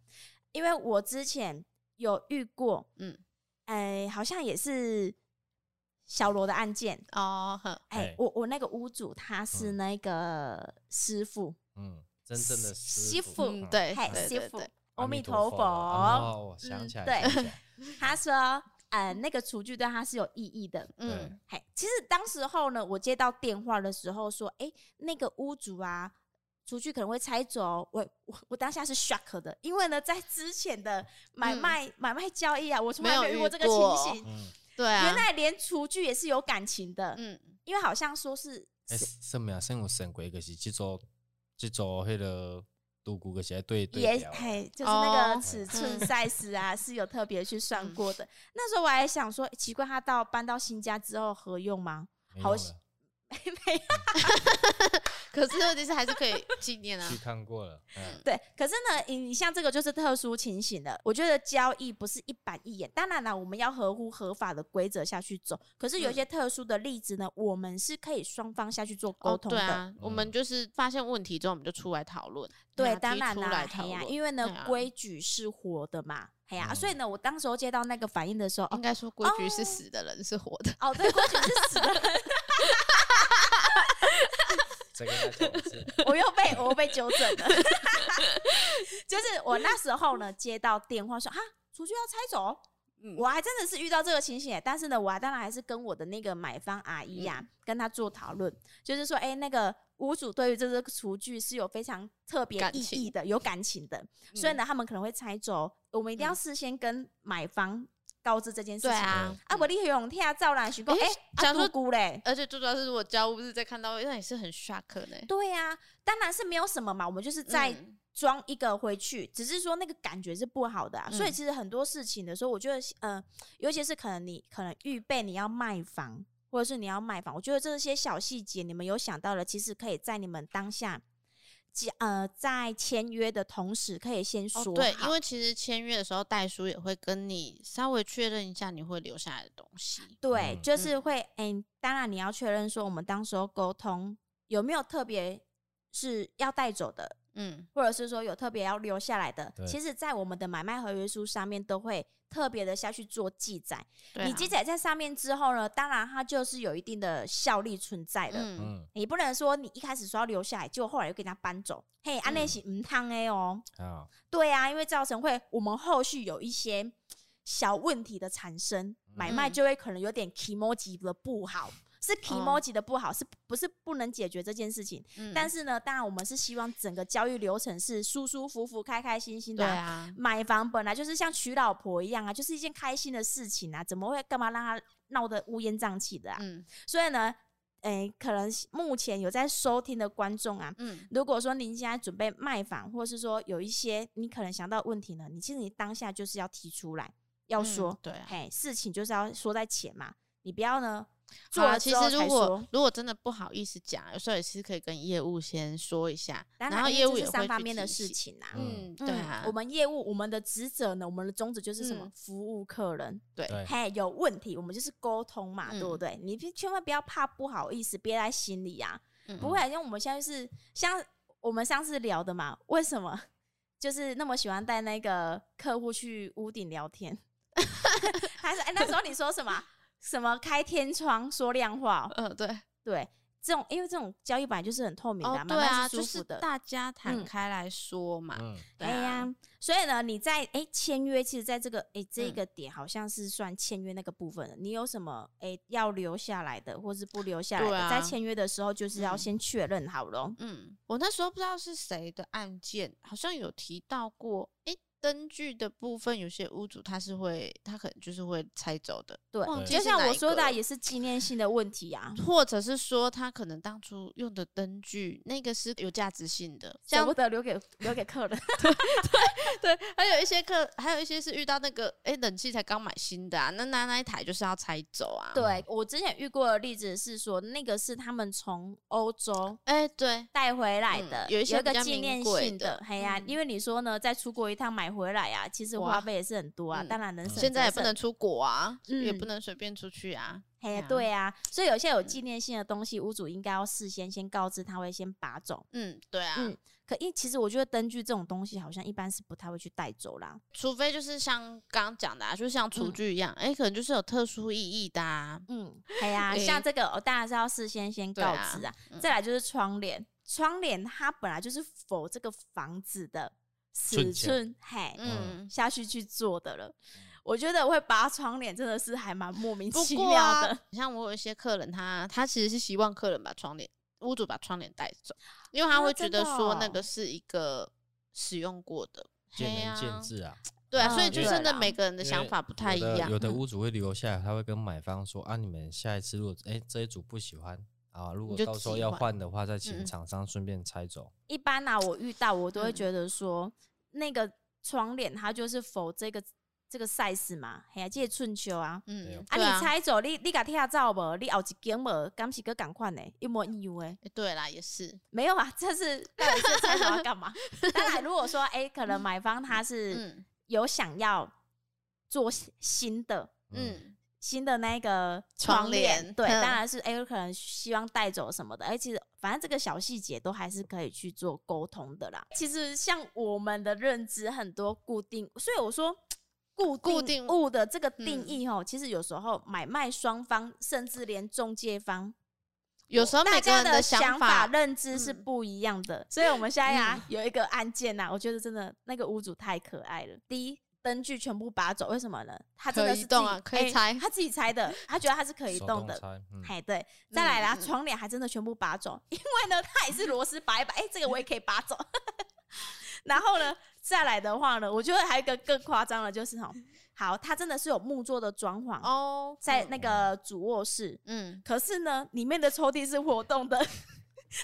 Speaker 1: 因为我之前有遇过，
Speaker 3: 嗯
Speaker 1: 嗯，哎、好像也是小罗的案件。
Speaker 3: 哦，哼
Speaker 1: 哎、
Speaker 2: 哎
Speaker 1: 我我那个屋主他是
Speaker 2: 嗯
Speaker 1: 那个师傅，
Speaker 2: 嗯，真正的
Speaker 1: 师
Speaker 2: 师
Speaker 1: 傅
Speaker 2: 嗯
Speaker 3: 嗯，对，
Speaker 1: 嘿
Speaker 3: 对
Speaker 1: 师
Speaker 3: 对
Speaker 1: 傅
Speaker 3: 对
Speaker 1: 阿弥陀佛
Speaker 2: 哦，我想起来，
Speaker 1: 嗯
Speaker 2: 想起来
Speaker 1: 他说，呃，那个厨具对他是有意义的。
Speaker 3: 嗯，
Speaker 1: 嘿，其实当时候呢，我接到电话的时候说，哎、那个屋主啊，厨具可能会拆走。哦我我我当下是 shock 的，因为呢，在之前的买
Speaker 3: 嗯
Speaker 1: 卖、买卖交易啊，我从来
Speaker 3: 没有
Speaker 1: 没有遇过
Speaker 3: 遇
Speaker 1: 这个情
Speaker 3: 过
Speaker 1: 形。
Speaker 2: 嗯，
Speaker 3: 对啊，
Speaker 1: 原来连厨具也是有感情的，
Speaker 3: 嗯，
Speaker 1: 因为好像说是
Speaker 2: 哎，什么啊？生有神鬼，可是这座这座迄个独孤，可是对对
Speaker 1: 也
Speaker 2: 调的，
Speaker 1: 嘿，就是那
Speaker 3: 哦
Speaker 1: 个尺寸
Speaker 3: 嗯
Speaker 1: size 啊，是有特别去算
Speaker 3: 嗯
Speaker 1: 过的。那时候我还想说，奇怪，他到搬到新家之后合用吗？
Speaker 2: 没
Speaker 1: 好
Speaker 2: 有
Speaker 1: 喜
Speaker 2: 了，
Speaker 1: 没有，
Speaker 3: 可是问题是还是可 以纪念啊
Speaker 2: 去，看过了，嗯
Speaker 1: 对。可是呢，你你像这个就是特殊情形了。我觉得交易不是一板一眼，当然了，我们要合乎合法的规则下去走。可是有一些特殊的例子呢，我们是可以双方下去做沟
Speaker 3: 嗯哦，
Speaker 1: 通
Speaker 3: 对
Speaker 1: 的。
Speaker 3: 啊，我们就是发现问题之后，我们就出来讨论，
Speaker 1: 对，
Speaker 3: 拿
Speaker 1: 当
Speaker 3: 提
Speaker 1: 然
Speaker 3: 出
Speaker 1: 啦
Speaker 3: 来，讨
Speaker 1: 嘿呀、
Speaker 3: 论，
Speaker 1: 因为呢
Speaker 3: 对啊，
Speaker 1: 规、矩是活的嘛，嘿呀、啊
Speaker 2: 嗯
Speaker 1: 所以呢，我当时候接到那个反应的时候，哦
Speaker 3: 应该说规矩
Speaker 1: 哦
Speaker 3: 是死的人是活的，
Speaker 1: 哦，对，规矩是死的，
Speaker 2: 嗯这个再讲一次
Speaker 1: 我又被我又被纠正了。 就是我那时候呢，接到电话说哈，厨具要拆走，
Speaker 3: 嗯
Speaker 1: 我还真的是遇到这个情形耶。欸但是呢，我还当然还是跟我的那个买方阿姨
Speaker 3: 嗯
Speaker 1: 呀、跟她做讨论，就是说，哎、那个屋主对于这个厨具是有非常特别
Speaker 3: 感
Speaker 1: 意
Speaker 3: 情
Speaker 1: 义的，有感情的，所以呢，他们可能会拆走。我们一定要
Speaker 3: 嗯
Speaker 1: 事先跟买方告知这件事
Speaker 3: 对
Speaker 1: 情。
Speaker 2: 嗯
Speaker 3: 啊，
Speaker 1: 啊，我立刻用跳照然许过，
Speaker 3: 诶
Speaker 1: 哎、
Speaker 3: 假
Speaker 1: 阿
Speaker 3: 如说
Speaker 1: 杜姑嘞，
Speaker 3: 而且最主要是我家务日再看到，那也是很 shock 呢、
Speaker 1: 对呀、当然是没有什么嘛，我们就是在
Speaker 3: 嗯
Speaker 1: 装一个回去，只是说那个感觉是不好的啊。所以
Speaker 3: 嗯
Speaker 1: 其实很多事情的时候，我觉得，呃，尤其是可能你可能预备你要卖房，或者是你要卖房，我觉得这些小细节你们有想到了，其实可以在你们当下。即呃，在签约的同时，可以先说
Speaker 3: 哦
Speaker 1: 好、
Speaker 3: 对，因为其实签约的时候，代书也会跟你稍微确认一下你会留下来的东西。
Speaker 1: 对，
Speaker 2: 嗯
Speaker 1: 就是会，嗯、当然你要确认说，我们当时候沟通有没有特别是要带走的，
Speaker 3: 嗯，
Speaker 1: 或者是说有特别要留下来的
Speaker 2: 对，
Speaker 1: 其实，在我们的买卖合约书上面都会特别的下去做记载。
Speaker 3: 对、啊，
Speaker 1: 你记载在上面之后呢，当然它就是有一定的效力存在的。
Speaker 3: 嗯，
Speaker 2: 嗯
Speaker 1: 你不能说你一开始说要留下来，结果后来又给人家搬走，嘿，安内
Speaker 3: 嗯
Speaker 1: 是唔汤哎哦，
Speaker 2: 啊，
Speaker 1: 对啊，因为造成会我们后续有一些小问题的产生，买卖
Speaker 3: 嗯哦
Speaker 1: 就会可能有点 e m o j i 的不好，是 e m o j i 的不好，是不是不能解决这件事情？
Speaker 3: 嗯
Speaker 1: 但是呢，当然我们是希望整个交易流程是舒舒服服、开开心心的
Speaker 3: 对
Speaker 1: 啊、
Speaker 3: 啊，
Speaker 1: 买房本来就是像娶老婆一样啊，就是一件开心的事情啊，怎么会干嘛让他闹得乌烟瘴气的啊？
Speaker 3: 嗯
Speaker 1: 所以呢，诶、可能目前有在收听的观众啊。
Speaker 3: 嗯，
Speaker 1: 如果说您现在准备卖房，或是说有一些你可能想到的问题呢，你其实你当下就是要提出来，要
Speaker 3: 嗯
Speaker 1: 说，
Speaker 3: 对啊
Speaker 1: 嘿，事情就是要说在前嘛，你不要呢做
Speaker 3: 好啦
Speaker 1: 了
Speaker 3: 啊其
Speaker 1: 之
Speaker 3: 实
Speaker 1: 后
Speaker 3: 如
Speaker 1: 才
Speaker 3: 果
Speaker 1: 说，
Speaker 3: 如果真的不好意思讲，有时候也是可以跟业务先说一下，
Speaker 1: 当
Speaker 3: 后
Speaker 1: 因为
Speaker 3: 业
Speaker 1: 这
Speaker 3: 务
Speaker 1: 是
Speaker 3: 也会
Speaker 1: 三方
Speaker 3: 去
Speaker 1: 面的
Speaker 3: 提
Speaker 1: 事
Speaker 3: 醒。
Speaker 1: 情啊，
Speaker 3: 嗯，
Speaker 2: 嗯
Speaker 3: 对啊，
Speaker 1: 我们业务我们的职责呢，我们的宗旨就是什么？
Speaker 3: 嗯
Speaker 1: 服务客人。
Speaker 3: 对
Speaker 2: 对
Speaker 1: 嘿，有问题我们就是沟通嘛，
Speaker 3: 嗯
Speaker 1: 对不对？你千万不要怕不好意思，憋在心里啊。
Speaker 3: 嗯
Speaker 1: 不会，因为我们现在是像我们上次聊的嘛，为什么 就是那么喜欢带那个客户去屋顶聊天？ 还是哎、那时候你说什么？什么开天窗说亮话哦？
Speaker 3: 嗯，对，
Speaker 1: 对，这种因为这种交易本来就是很透明的、
Speaker 3: 哦
Speaker 1: 啊，，
Speaker 3: 对
Speaker 1: 慢
Speaker 3: 啊，
Speaker 1: 慢
Speaker 3: 就
Speaker 1: 舒服
Speaker 3: 是
Speaker 1: 的。
Speaker 3: 大家谈
Speaker 1: 嗯
Speaker 3: 开来说嘛，
Speaker 2: 嗯，
Speaker 3: 对
Speaker 1: 哎
Speaker 3: 啊，
Speaker 1: 呀，所以呢，你在哎签约，其实在这个哎这
Speaker 3: 嗯
Speaker 1: 个点好像是算签约那个部分了。你有什么哎要留下来的，或是不留下来
Speaker 3: 对
Speaker 1: 的，
Speaker 3: 啊
Speaker 1: 在签约的时候就是要
Speaker 3: 嗯
Speaker 1: 先确认好咯。
Speaker 3: 嗯，我那时候不知道是谁的案件，好像有提到过，诶、灯具的部分有些屋主他是会，他可能就是会拆走的，
Speaker 1: 对
Speaker 3: 忘，记
Speaker 1: 就是像
Speaker 3: 哪
Speaker 1: 我
Speaker 3: 一
Speaker 1: 说
Speaker 3: 个
Speaker 1: 的啊，
Speaker 3: 了
Speaker 1: 也是纪念性的问题 啊。
Speaker 3: 或者是说他可能当初用的灯具那个是有价值性的，
Speaker 1: 舍
Speaker 3: 像
Speaker 1: 不得留给留给 客人，
Speaker 3: 对，还有一些客，还有一些是遇到那个，诶、冷气才刚买新的啊，那那那一台就是要拆走啊，，
Speaker 1: 对 我之前遇过的例子是说，那个是他们从欧洲
Speaker 3: 诶、对，
Speaker 1: 带回来
Speaker 3: 嗯
Speaker 1: 的，
Speaker 3: 有一些
Speaker 1: 一个
Speaker 3: 比较
Speaker 1: 纪
Speaker 3: 名
Speaker 1: 念
Speaker 3: 贵
Speaker 1: 性
Speaker 3: 的
Speaker 1: 的，嘿呀、
Speaker 3: 嗯
Speaker 1: 因为你说呢，在出国一趟买回来呀、其实
Speaker 3: 哇
Speaker 1: 花费也是很多啊。
Speaker 3: 嗯
Speaker 1: 当然人省
Speaker 3: 现在也
Speaker 1: 则
Speaker 3: 不能
Speaker 1: 省，
Speaker 3: 出国啊，
Speaker 1: 嗯
Speaker 3: 也不能随便出去啊。
Speaker 1: 嘿，
Speaker 3: 啊
Speaker 1: 对啊，所以有些
Speaker 3: 嗯
Speaker 1: 有纪念性的东西，屋主应该要事先先告知他会先拔走。
Speaker 3: 嗯，对啊，
Speaker 1: 嗯可因其实我觉得灯具这种东西，好像一般是不太会去带走啦。
Speaker 3: 除非就是像刚刚讲的、啊，就像厨具一样，哎、可能就是有特殊意义的啊。
Speaker 1: 嗯，哎呀，
Speaker 3: 诶
Speaker 1: 像这个，我当然是要事先先
Speaker 3: 对
Speaker 1: 告
Speaker 3: 啊
Speaker 1: 知啊。
Speaker 3: 嗯
Speaker 1: 再来就是窗帘，窗帘它本来就是否这个房子的尺
Speaker 2: 寸嗯
Speaker 1: 寸，嘿，
Speaker 3: 嗯，
Speaker 1: 下去去做的了。我觉得我会拔窗帘，真的是还蛮莫名
Speaker 3: 不
Speaker 1: 其
Speaker 3: 过
Speaker 1: 嗯妙
Speaker 3: 啊
Speaker 1: 的。，
Speaker 3: 像我有一些客人他，他其实是希望客人把窗帘屋主把窗帘带走，因为他
Speaker 1: 啊
Speaker 3: 会觉
Speaker 1: 真
Speaker 3: 得
Speaker 1: 的
Speaker 3: 说那
Speaker 1: 哦
Speaker 3: 个是一个使用过的，
Speaker 2: 见
Speaker 3: 嘿
Speaker 2: 仁
Speaker 3: 啊
Speaker 2: 见智啊。
Speaker 3: 对啊，
Speaker 1: 嗯
Speaker 3: 所以就
Speaker 1: 对
Speaker 3: 真的
Speaker 1: 啦
Speaker 3: 每个人的
Speaker 2: 因
Speaker 3: 想
Speaker 2: 为
Speaker 3: 法不太一
Speaker 2: 有的
Speaker 3: 样。
Speaker 2: 有的
Speaker 3: 嗯
Speaker 2: 屋主会留下来，他会跟买方说啊，你们下一次如果哎、这一组不喜欢啊，如果
Speaker 3: 就
Speaker 2: 到时候
Speaker 3: 自己
Speaker 2: 要
Speaker 3: 换
Speaker 2: 换的话，再
Speaker 3: 嗯
Speaker 2: 请
Speaker 3: 嗯
Speaker 2: 厂商顺便拆走。
Speaker 1: 一般啊，我遇到我都会
Speaker 3: 嗯
Speaker 1: 觉得说，那个窗帘它就是否这个这个 size 嘛，嘿呀，这个寸秋啊。
Speaker 2: 对啊
Speaker 3: 嗯，
Speaker 1: 啊，
Speaker 3: 对
Speaker 1: 你拆走，你你甲拆走无？你后一间无？敢是个共款呢？一模一样诶。
Speaker 3: 诶对啦，也是，
Speaker 1: 没有啊，这是到底是拆走要干嘛？当然，如果说哎、诶可能买方他是
Speaker 3: 嗯
Speaker 1: 有想要做新的
Speaker 2: 嗯，
Speaker 3: 嗯，
Speaker 1: 新的那个
Speaker 3: 窗
Speaker 1: 窗帘，
Speaker 3: 帘
Speaker 1: 对，
Speaker 3: 嗯
Speaker 1: 当然是哎、诶有可能希望带走什么的，而且反正这个小细节都还是可以去做沟通的啦。其实像我们的认知很多固定，所以我说。固
Speaker 3: 固定
Speaker 1: 定物的这个定
Speaker 3: 嗯
Speaker 1: 义哦，其实有时候买卖双方，甚至连中介方
Speaker 3: 有时候
Speaker 1: 大
Speaker 3: 每个
Speaker 1: 家
Speaker 3: 人
Speaker 1: 的
Speaker 3: 想
Speaker 1: 法认知是
Speaker 3: 嗯
Speaker 1: 不一样的，所以我们现在啊
Speaker 3: 嗯
Speaker 1: 有一个案件呐、我觉得真的那个屋主太可爱了。第一，灯具全部拔走，为什么呢？他真
Speaker 3: 可
Speaker 1: 的
Speaker 3: 移
Speaker 1: 是
Speaker 3: 动
Speaker 1: 自己
Speaker 3: 啊可以
Speaker 1: 哎
Speaker 3: 拆
Speaker 1: 他自己拆的，他觉得他是可以
Speaker 2: 手
Speaker 1: 动的。
Speaker 2: 拆，嗯，
Speaker 1: 哎，对，再来啦，
Speaker 3: 嗯嗯
Speaker 1: 窗帘还真的全部拔走，因为呢，他也是螺丝拔一拔，哎、这个我也可以拔走。 然后呢，再来的话呢，我觉得还有一个更夸张的，就是哦，好，他真的是有木做的装潢，
Speaker 3: 哦，
Speaker 1: 在
Speaker 3: 嗯
Speaker 1: 那个主卧室，
Speaker 3: 嗯，
Speaker 1: 可是呢，里面的抽屉是活动 的，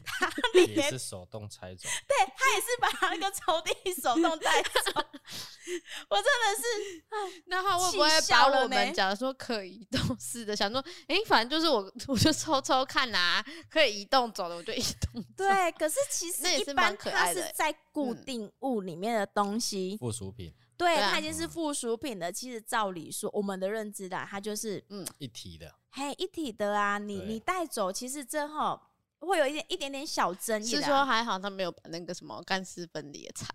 Speaker 1: 它里
Speaker 2: 也
Speaker 1: 面
Speaker 2: 是手动拆走。
Speaker 1: 它也是把那个抽屉手动带走，我真的 是
Speaker 3: 那他会
Speaker 1: 气
Speaker 3: 不会把
Speaker 1: 笑了
Speaker 3: 我们
Speaker 1: 呢
Speaker 3: 假如说可移动式的，想说，哎、反正就是我， 我就抽抽看啊，可以移动走的，我就移动走。
Speaker 1: 对。可是其
Speaker 3: 那也
Speaker 1: 实
Speaker 3: 是
Speaker 1: 一
Speaker 3: 蛮
Speaker 1: 般
Speaker 3: 可
Speaker 1: 它
Speaker 3: 爱的
Speaker 1: 是
Speaker 3: 欸嗯
Speaker 1: 在固定物里面的东西，
Speaker 2: 附属品
Speaker 1: 对，
Speaker 3: 对啊
Speaker 1: 它已经是附属品了。其实照理说，我们的认知啦，它就是
Speaker 2: 一体的，
Speaker 1: 嘿一体的啊，你
Speaker 2: 对
Speaker 1: 你带走，其实这哈会有一点一点点小争议
Speaker 3: 是
Speaker 1: 啦
Speaker 3: 说，还好他没有把那个什么干湿分离的拆，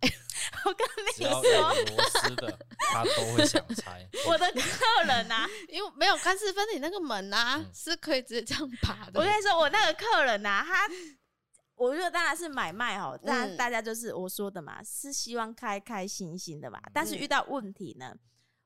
Speaker 1: 我跟
Speaker 2: 只
Speaker 1: 你
Speaker 2: 要
Speaker 1: 说，
Speaker 2: 有螺丝的，他都会想拆。
Speaker 1: 我的客人啊，
Speaker 3: 因为没有干湿分离那个门啊，
Speaker 2: 嗯
Speaker 3: 是可以直接这样拔
Speaker 1: 我
Speaker 3: 的。
Speaker 1: 跟你说，我那个客人呐、他我觉得当然是买卖哦，当
Speaker 3: 嗯
Speaker 1: 然大家就是我说的嘛，是希望开开心心的嘛。但是
Speaker 3: 嗯
Speaker 1: 遇到问题呢，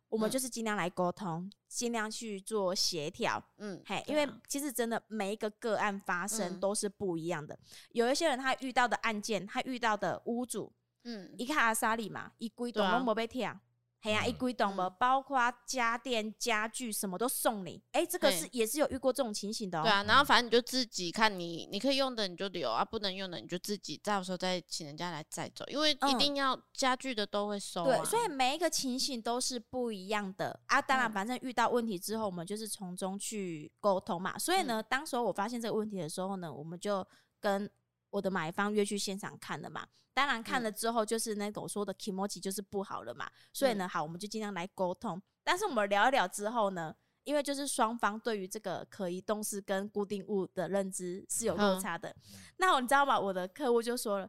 Speaker 1: 我们
Speaker 3: 嗯
Speaker 1: 就是尽量来沟通，尽量去做协调。
Speaker 3: 嗯
Speaker 1: 嘿，因
Speaker 3: 对啊
Speaker 1: 为其实真的每一个个案发生
Speaker 3: 嗯
Speaker 1: 都是不一样的。有一些人他遇到的案件，他遇到的屋主
Speaker 3: 嗯
Speaker 1: 一看阿莎里嘛，一规
Speaker 3: 对
Speaker 1: 栋
Speaker 3: 啊
Speaker 1: 都没被拆。嘿呀、啊，
Speaker 2: 嗯
Speaker 1: 一规栋无，
Speaker 3: 嗯
Speaker 1: 包括家电、家具什么都送你。哎、这个
Speaker 3: 嘿
Speaker 1: 是也是有遇过这种情形的哦、
Speaker 3: 对啊，然后反正你就自己看你，你可以用的你就留啊，不能用的你就自己到时候再请人家来载走，因为一
Speaker 1: 嗯
Speaker 3: 定要家具的都会收、啊
Speaker 1: 对， 所以每一个情形都是不一样的啊。当然，
Speaker 3: 嗯
Speaker 1: 反正遇到问题之后，我们就是从中去沟通嘛。所以
Speaker 3: 嗯
Speaker 1: 呢，当时候我发现这个问题的时候呢，我们就跟我的买方约去现场看了嘛。当然
Speaker 3: 嗯
Speaker 1: 看了之后，就是那个我说的 k i m o j i 就是不好了嘛。所以
Speaker 3: 嗯
Speaker 1: 呢，好，我们就尽量来沟通。但是我们聊一聊之后呢，因为就是双方对于这个可移动式跟固定物的认知是有落
Speaker 3: 嗯
Speaker 1: 差的。 那我你知道吗？我的客户就说了，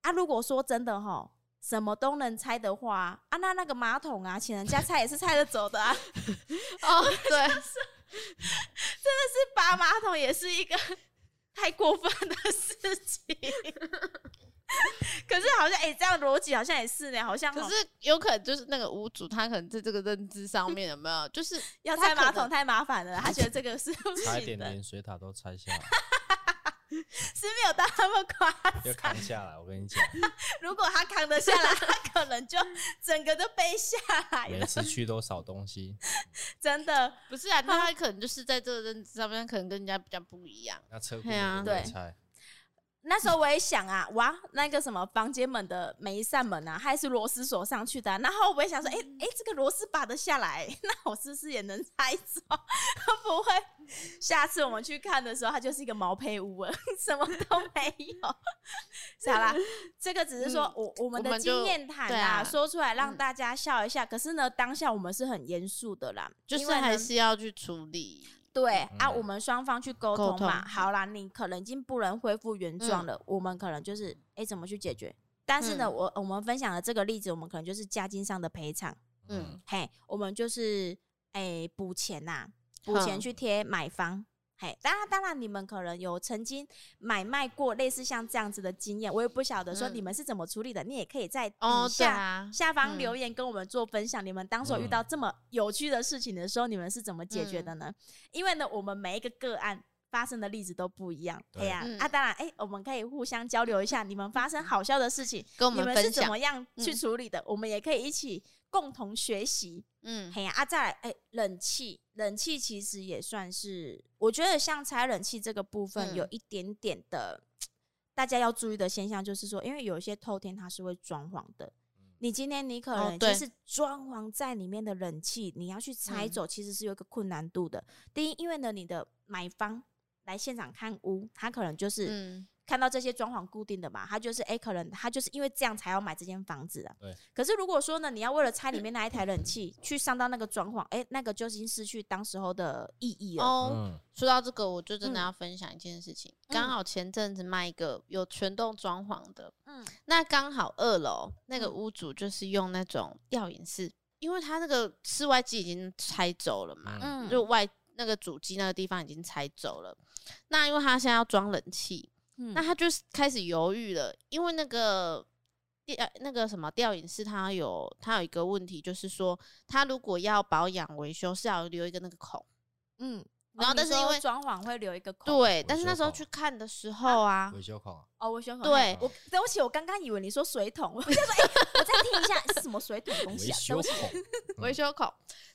Speaker 1: 啊，如果说真的哈，什么都能拆的话，啊，那那个马桶啊，请人家拆也是拆得走的啊， 是
Speaker 3: 哦，对，
Speaker 1: 拔马桶也是一个 太过分的事情。可是好像哎、这样逻辑好像也是呢，好像
Speaker 3: 可
Speaker 1: 吼
Speaker 3: 是有可能就是那个屋主他可能在这个认知上面有没有， 就是
Speaker 1: 要
Speaker 3: 他
Speaker 1: 拆
Speaker 3: 可
Speaker 1: 马
Speaker 3: 能
Speaker 1: 桶太麻烦了，他觉得这个是不
Speaker 2: 差一
Speaker 1: 行
Speaker 2: 点
Speaker 1: 的，
Speaker 2: 连水塔都拆下来，
Speaker 1: 是没有到那么夸
Speaker 2: 就扛下来。我跟你讲，
Speaker 1: 如果他扛得下来， 他可能就整个都背下来
Speaker 2: 每
Speaker 1: 了，
Speaker 2: 次去都少东西，
Speaker 1: 真的。
Speaker 3: 不 是啊？那他可能就是在这个认知上面可能跟人家比较不一样。
Speaker 2: 那车库
Speaker 3: 对啊
Speaker 2: 也不会拆。
Speaker 1: 那时候我也想啊，哇，那个什么房间门的每一扇门啊，它还是螺丝锁上去的啊、然后我也想说，哎、
Speaker 3: 嗯
Speaker 1: 哎、这个螺丝拔得下来， 那我是不是也能拆走？ 不会，下次我们去看的时候，它就是一个毛坯屋了， 什么都没有。 是 好啦，这个只是说
Speaker 3: 嗯
Speaker 1: 我我们
Speaker 3: 我
Speaker 1: 的
Speaker 3: 们就
Speaker 1: 经验谈
Speaker 3: 对
Speaker 1: 啦，
Speaker 3: 啊
Speaker 1: 说出来让
Speaker 3: 嗯
Speaker 1: 大家笑一下。可是呢，当下我们是很严肃的啦，
Speaker 3: 就是
Speaker 1: 因为呢
Speaker 3: 还是要去处理。
Speaker 1: 对、啊，
Speaker 2: 嗯
Speaker 1: 我们双方去沟
Speaker 3: 沟
Speaker 1: 通嘛。
Speaker 3: 通
Speaker 1: 好啦，你可能已经不能恢复原状
Speaker 3: 嗯
Speaker 1: 了，我们可能就是哎、诶怎么去解决？但是呢，
Speaker 3: 嗯
Speaker 1: 我我们分享的这个例子，我们可能就是家金上的赔偿，
Speaker 2: 嗯
Speaker 3: 嗯，
Speaker 1: 嘿，我们就是哎补、钱呐、补钱
Speaker 3: 哼
Speaker 1: 去贴买方。嘿，当然，当然，你们可能有曾经买卖过类似像这样子的经验，我也不晓得说
Speaker 3: 嗯
Speaker 1: 你们是怎么处理的，你也可以在底
Speaker 3: 哦，对
Speaker 1: 下、
Speaker 3: 啊，
Speaker 1: 下方
Speaker 3: 嗯
Speaker 1: 留言跟我们做分享，你们当时有遇到这么有趣的事情的时候，你们是怎么解决的
Speaker 3: 嗯
Speaker 1: 呢？因为呢，我们每一个个案发生的例子都不一样，
Speaker 2: 对
Speaker 1: 哎呀、
Speaker 3: 嗯
Speaker 1: 啊，当然，哎、我们可以互相交流一下，你们发生好笑的事情，
Speaker 3: 跟我
Speaker 1: 你
Speaker 3: 们
Speaker 1: 们是
Speaker 3: 分
Speaker 1: 怎
Speaker 3: 享。
Speaker 1: 么样去
Speaker 3: 嗯
Speaker 1: 处理的？我们也可以一起共同学习。
Speaker 3: 嗯，
Speaker 1: 嘿呀、啊，再来，哎、冷气，冷气其实也算是，我觉得像拆冷气这个部分，
Speaker 3: 嗯
Speaker 1: 有一点点的、大家要注意的现象，就是说，因为有一些透天它是会装潢的，你今天你可
Speaker 3: 哦
Speaker 1: 能就
Speaker 3: 对
Speaker 1: 是装潢在里面的冷气，你要去拆
Speaker 3: 嗯
Speaker 1: 走，其实是有一个困难度的。第一，因为呢，你的买方来现场看屋，他可能就是。
Speaker 3: 嗯，
Speaker 1: 看到这些装潢固定的嘛，他就是哎、诶可能他就是因为这样才要买这间房子啊。
Speaker 2: 对。
Speaker 1: 可是如果说呢，你要为了拆里面那一台冷气去上到那个装潢，哎、那个就已经失去当时候的意义了。
Speaker 3: 哦，
Speaker 2: 嗯
Speaker 3: 说到这个，我就真的
Speaker 1: 嗯
Speaker 3: 要分享一件事情。刚
Speaker 1: 嗯
Speaker 3: 好前阵子卖一个有全栋装潢的，
Speaker 1: 嗯
Speaker 3: 那刚好二楼那个
Speaker 1: 嗯
Speaker 3: 屋主就是用那种吊隐式，因为他那个室外机已经拆走了嘛，
Speaker 1: 嗯
Speaker 3: 就外那个主机那个地方已经拆走了。那因为他现在要装冷气，
Speaker 1: 嗯
Speaker 3: 那他就是开始犹豫了，因为那个吊那个什么吊影室，它有它有一个问题，就是说它如果要保养维修是要留一个那个孔，
Speaker 1: 嗯，
Speaker 3: 然后但是
Speaker 1: 你说
Speaker 3: 因为
Speaker 1: 装潢会留一个空，
Speaker 3: 对，但是
Speaker 2: 修
Speaker 3: 那时候
Speaker 2: 孔
Speaker 3: 去看的时候啊，
Speaker 2: 维修孔啊，
Speaker 1: 哦，我选好
Speaker 3: 对
Speaker 1: 嘿我对不起，我刚刚以为你说水桶，我就说 哎、诶我再听一下是什么水桶东西
Speaker 2: 维
Speaker 1: 啊？对
Speaker 2: 修
Speaker 1: 不
Speaker 2: 孔
Speaker 1: 起，，
Speaker 3: 维修孔，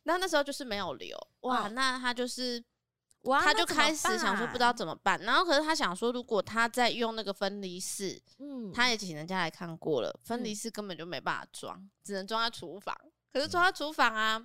Speaker 3: 然后那时候就是没有留，哇，
Speaker 1: 嗯
Speaker 3: 那他就是。
Speaker 1: 哇
Speaker 3: 他
Speaker 1: 那
Speaker 3: 就
Speaker 1: 怎么
Speaker 3: 开始想说不知
Speaker 1: 办
Speaker 3: 道
Speaker 1: 啊
Speaker 3: 怎么办，然后可是他想说，如果他在用那个分离式，
Speaker 1: 嗯，
Speaker 3: 他也请人家来看过了，分离式根本就没办法装，只能装在厨房。可
Speaker 1: 嗯
Speaker 3: 是装在厨房啊，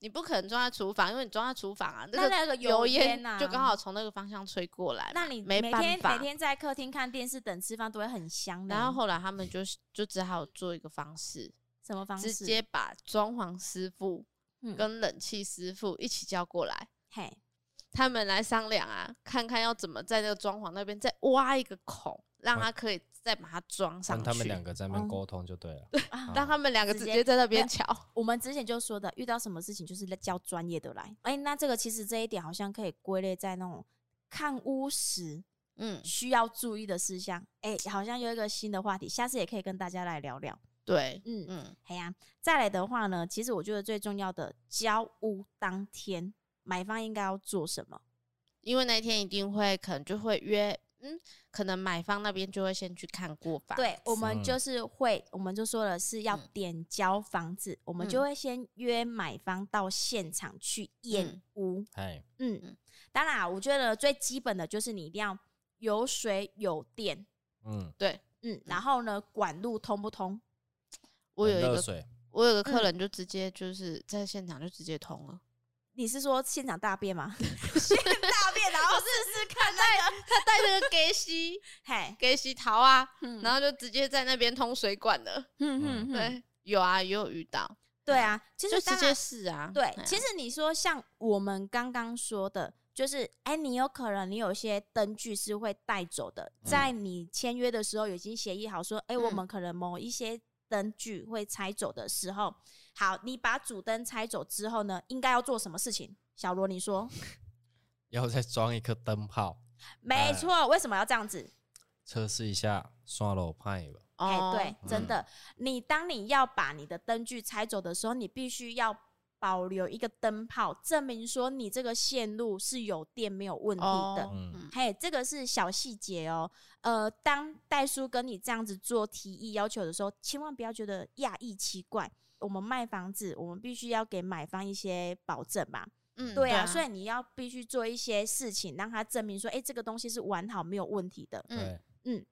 Speaker 3: 你不可能装在厨房，因为你装在厨房啊，
Speaker 1: 那
Speaker 3: 个
Speaker 1: 那个
Speaker 3: 油
Speaker 1: 烟啊，
Speaker 3: 就刚。好从那个方向吹过来嘛，
Speaker 1: 那你
Speaker 3: 没
Speaker 1: 每
Speaker 3: 办
Speaker 1: 天
Speaker 3: 法。
Speaker 1: 每天嗯在客厅看电视等吃饭都会很香的。
Speaker 3: 然后后来他们就是就只好做一个方式，
Speaker 1: 什么方式？
Speaker 3: 直接把装潢师傅
Speaker 1: 嗯
Speaker 3: 跟冷气师傅一起叫过来，
Speaker 1: 嘿，
Speaker 3: 他们来商量啊，看看要怎么在那个装潢那边再挖一个孔，让
Speaker 2: 哦
Speaker 3: 他可以再把它装上
Speaker 2: 让
Speaker 3: 去。
Speaker 2: 他们两个在那边
Speaker 1: 嗯
Speaker 2: 沟通就对了。
Speaker 1: 啊
Speaker 2: 啊
Speaker 3: 让他们两个
Speaker 1: 直
Speaker 3: 直
Speaker 1: 接
Speaker 3: 接在那边
Speaker 1: 没
Speaker 3: 瞧。
Speaker 1: 我们之前就说的，遇到什么事情就是叫专业的来。哎、那这个其实这一点好像可以归类在那种看屋时
Speaker 3: 嗯，
Speaker 1: 需要注意的事项。哎、好像有一个新的话题，下次也可以跟大家来聊聊。
Speaker 3: 对，
Speaker 1: 嗯，
Speaker 3: 嗯，
Speaker 1: 哎呀、再来的话呢，其实我觉得最重要的交屋当天，买方应该要做什么？
Speaker 3: 因为那一天一定会可能就会约，嗯，可能买方那边就会先去看过吧。，
Speaker 1: 对，我们
Speaker 2: 嗯
Speaker 1: 就是会，我们就说了是要
Speaker 3: 嗯
Speaker 1: 点交房子，我们就会先约买方到现场去验
Speaker 3: 嗯
Speaker 1: 屋。
Speaker 2: 哎，
Speaker 1: 嗯
Speaker 3: 嗯，
Speaker 1: 当然啊、我觉得最基本的就是你一定要有水有电，
Speaker 2: 嗯，
Speaker 1: 嗯，然后呢，管路通不通？
Speaker 3: 我有一
Speaker 2: 冷热
Speaker 3: 个
Speaker 2: 水，
Speaker 3: 我有个客
Speaker 1: 嗯
Speaker 3: 人就直接就是在现场就直接通了，
Speaker 1: 你是说现场大便吗？现大便，然后试试看那个，
Speaker 3: 他带那个给西
Speaker 1: 嘿，
Speaker 3: 给西桃啊，
Speaker 1: 嗯
Speaker 3: 然后就直接在那边通水管了。
Speaker 1: 嗯
Speaker 2: 嗯
Speaker 1: 嗯，
Speaker 3: 对，有啊，也有遇到，
Speaker 1: 对啊，其
Speaker 3: 就
Speaker 1: 实
Speaker 3: 直
Speaker 1: 当
Speaker 3: 接
Speaker 1: 然
Speaker 3: 试啊。
Speaker 1: 对，其
Speaker 3: 实
Speaker 1: 实你说像我们刚刚说的。就是，哎、你有可能你有一些灯具是会带走的，在你签约的时候已经协议好说，哎、我
Speaker 3: 嗯
Speaker 1: 们可能某一些灯具会拆走的时候，好，你把主灯拆走之后呢，应该要做什么事情？小罗，你说，
Speaker 2: 要再装一颗灯泡，
Speaker 1: 没
Speaker 2: 哎
Speaker 1: 错，为什么要这样子？
Speaker 2: 测试一下刷楼派吧。
Speaker 1: 哎、
Speaker 3: 哦，
Speaker 1: 对，真
Speaker 2: 嗯
Speaker 1: 的，你当你要把你的灯具拆走的时候，你必须要保留一个灯泡，证明说你这个线路是有电没有问题的。
Speaker 3: 哦
Speaker 2: 嗯
Speaker 3: 嗯
Speaker 1: 嘿，这个是小细节哦。呃，当代叔跟你这样子做提议要求的时候，千万不要觉得讶异奇怪。我们卖房子，我们必须要给买方一些保证嘛。
Speaker 3: 嗯，
Speaker 1: 对啊，所以你要必须做一些事情，让他证明说，哎、这个东西是完好没有问题的。
Speaker 3: 嗯
Speaker 2: 对，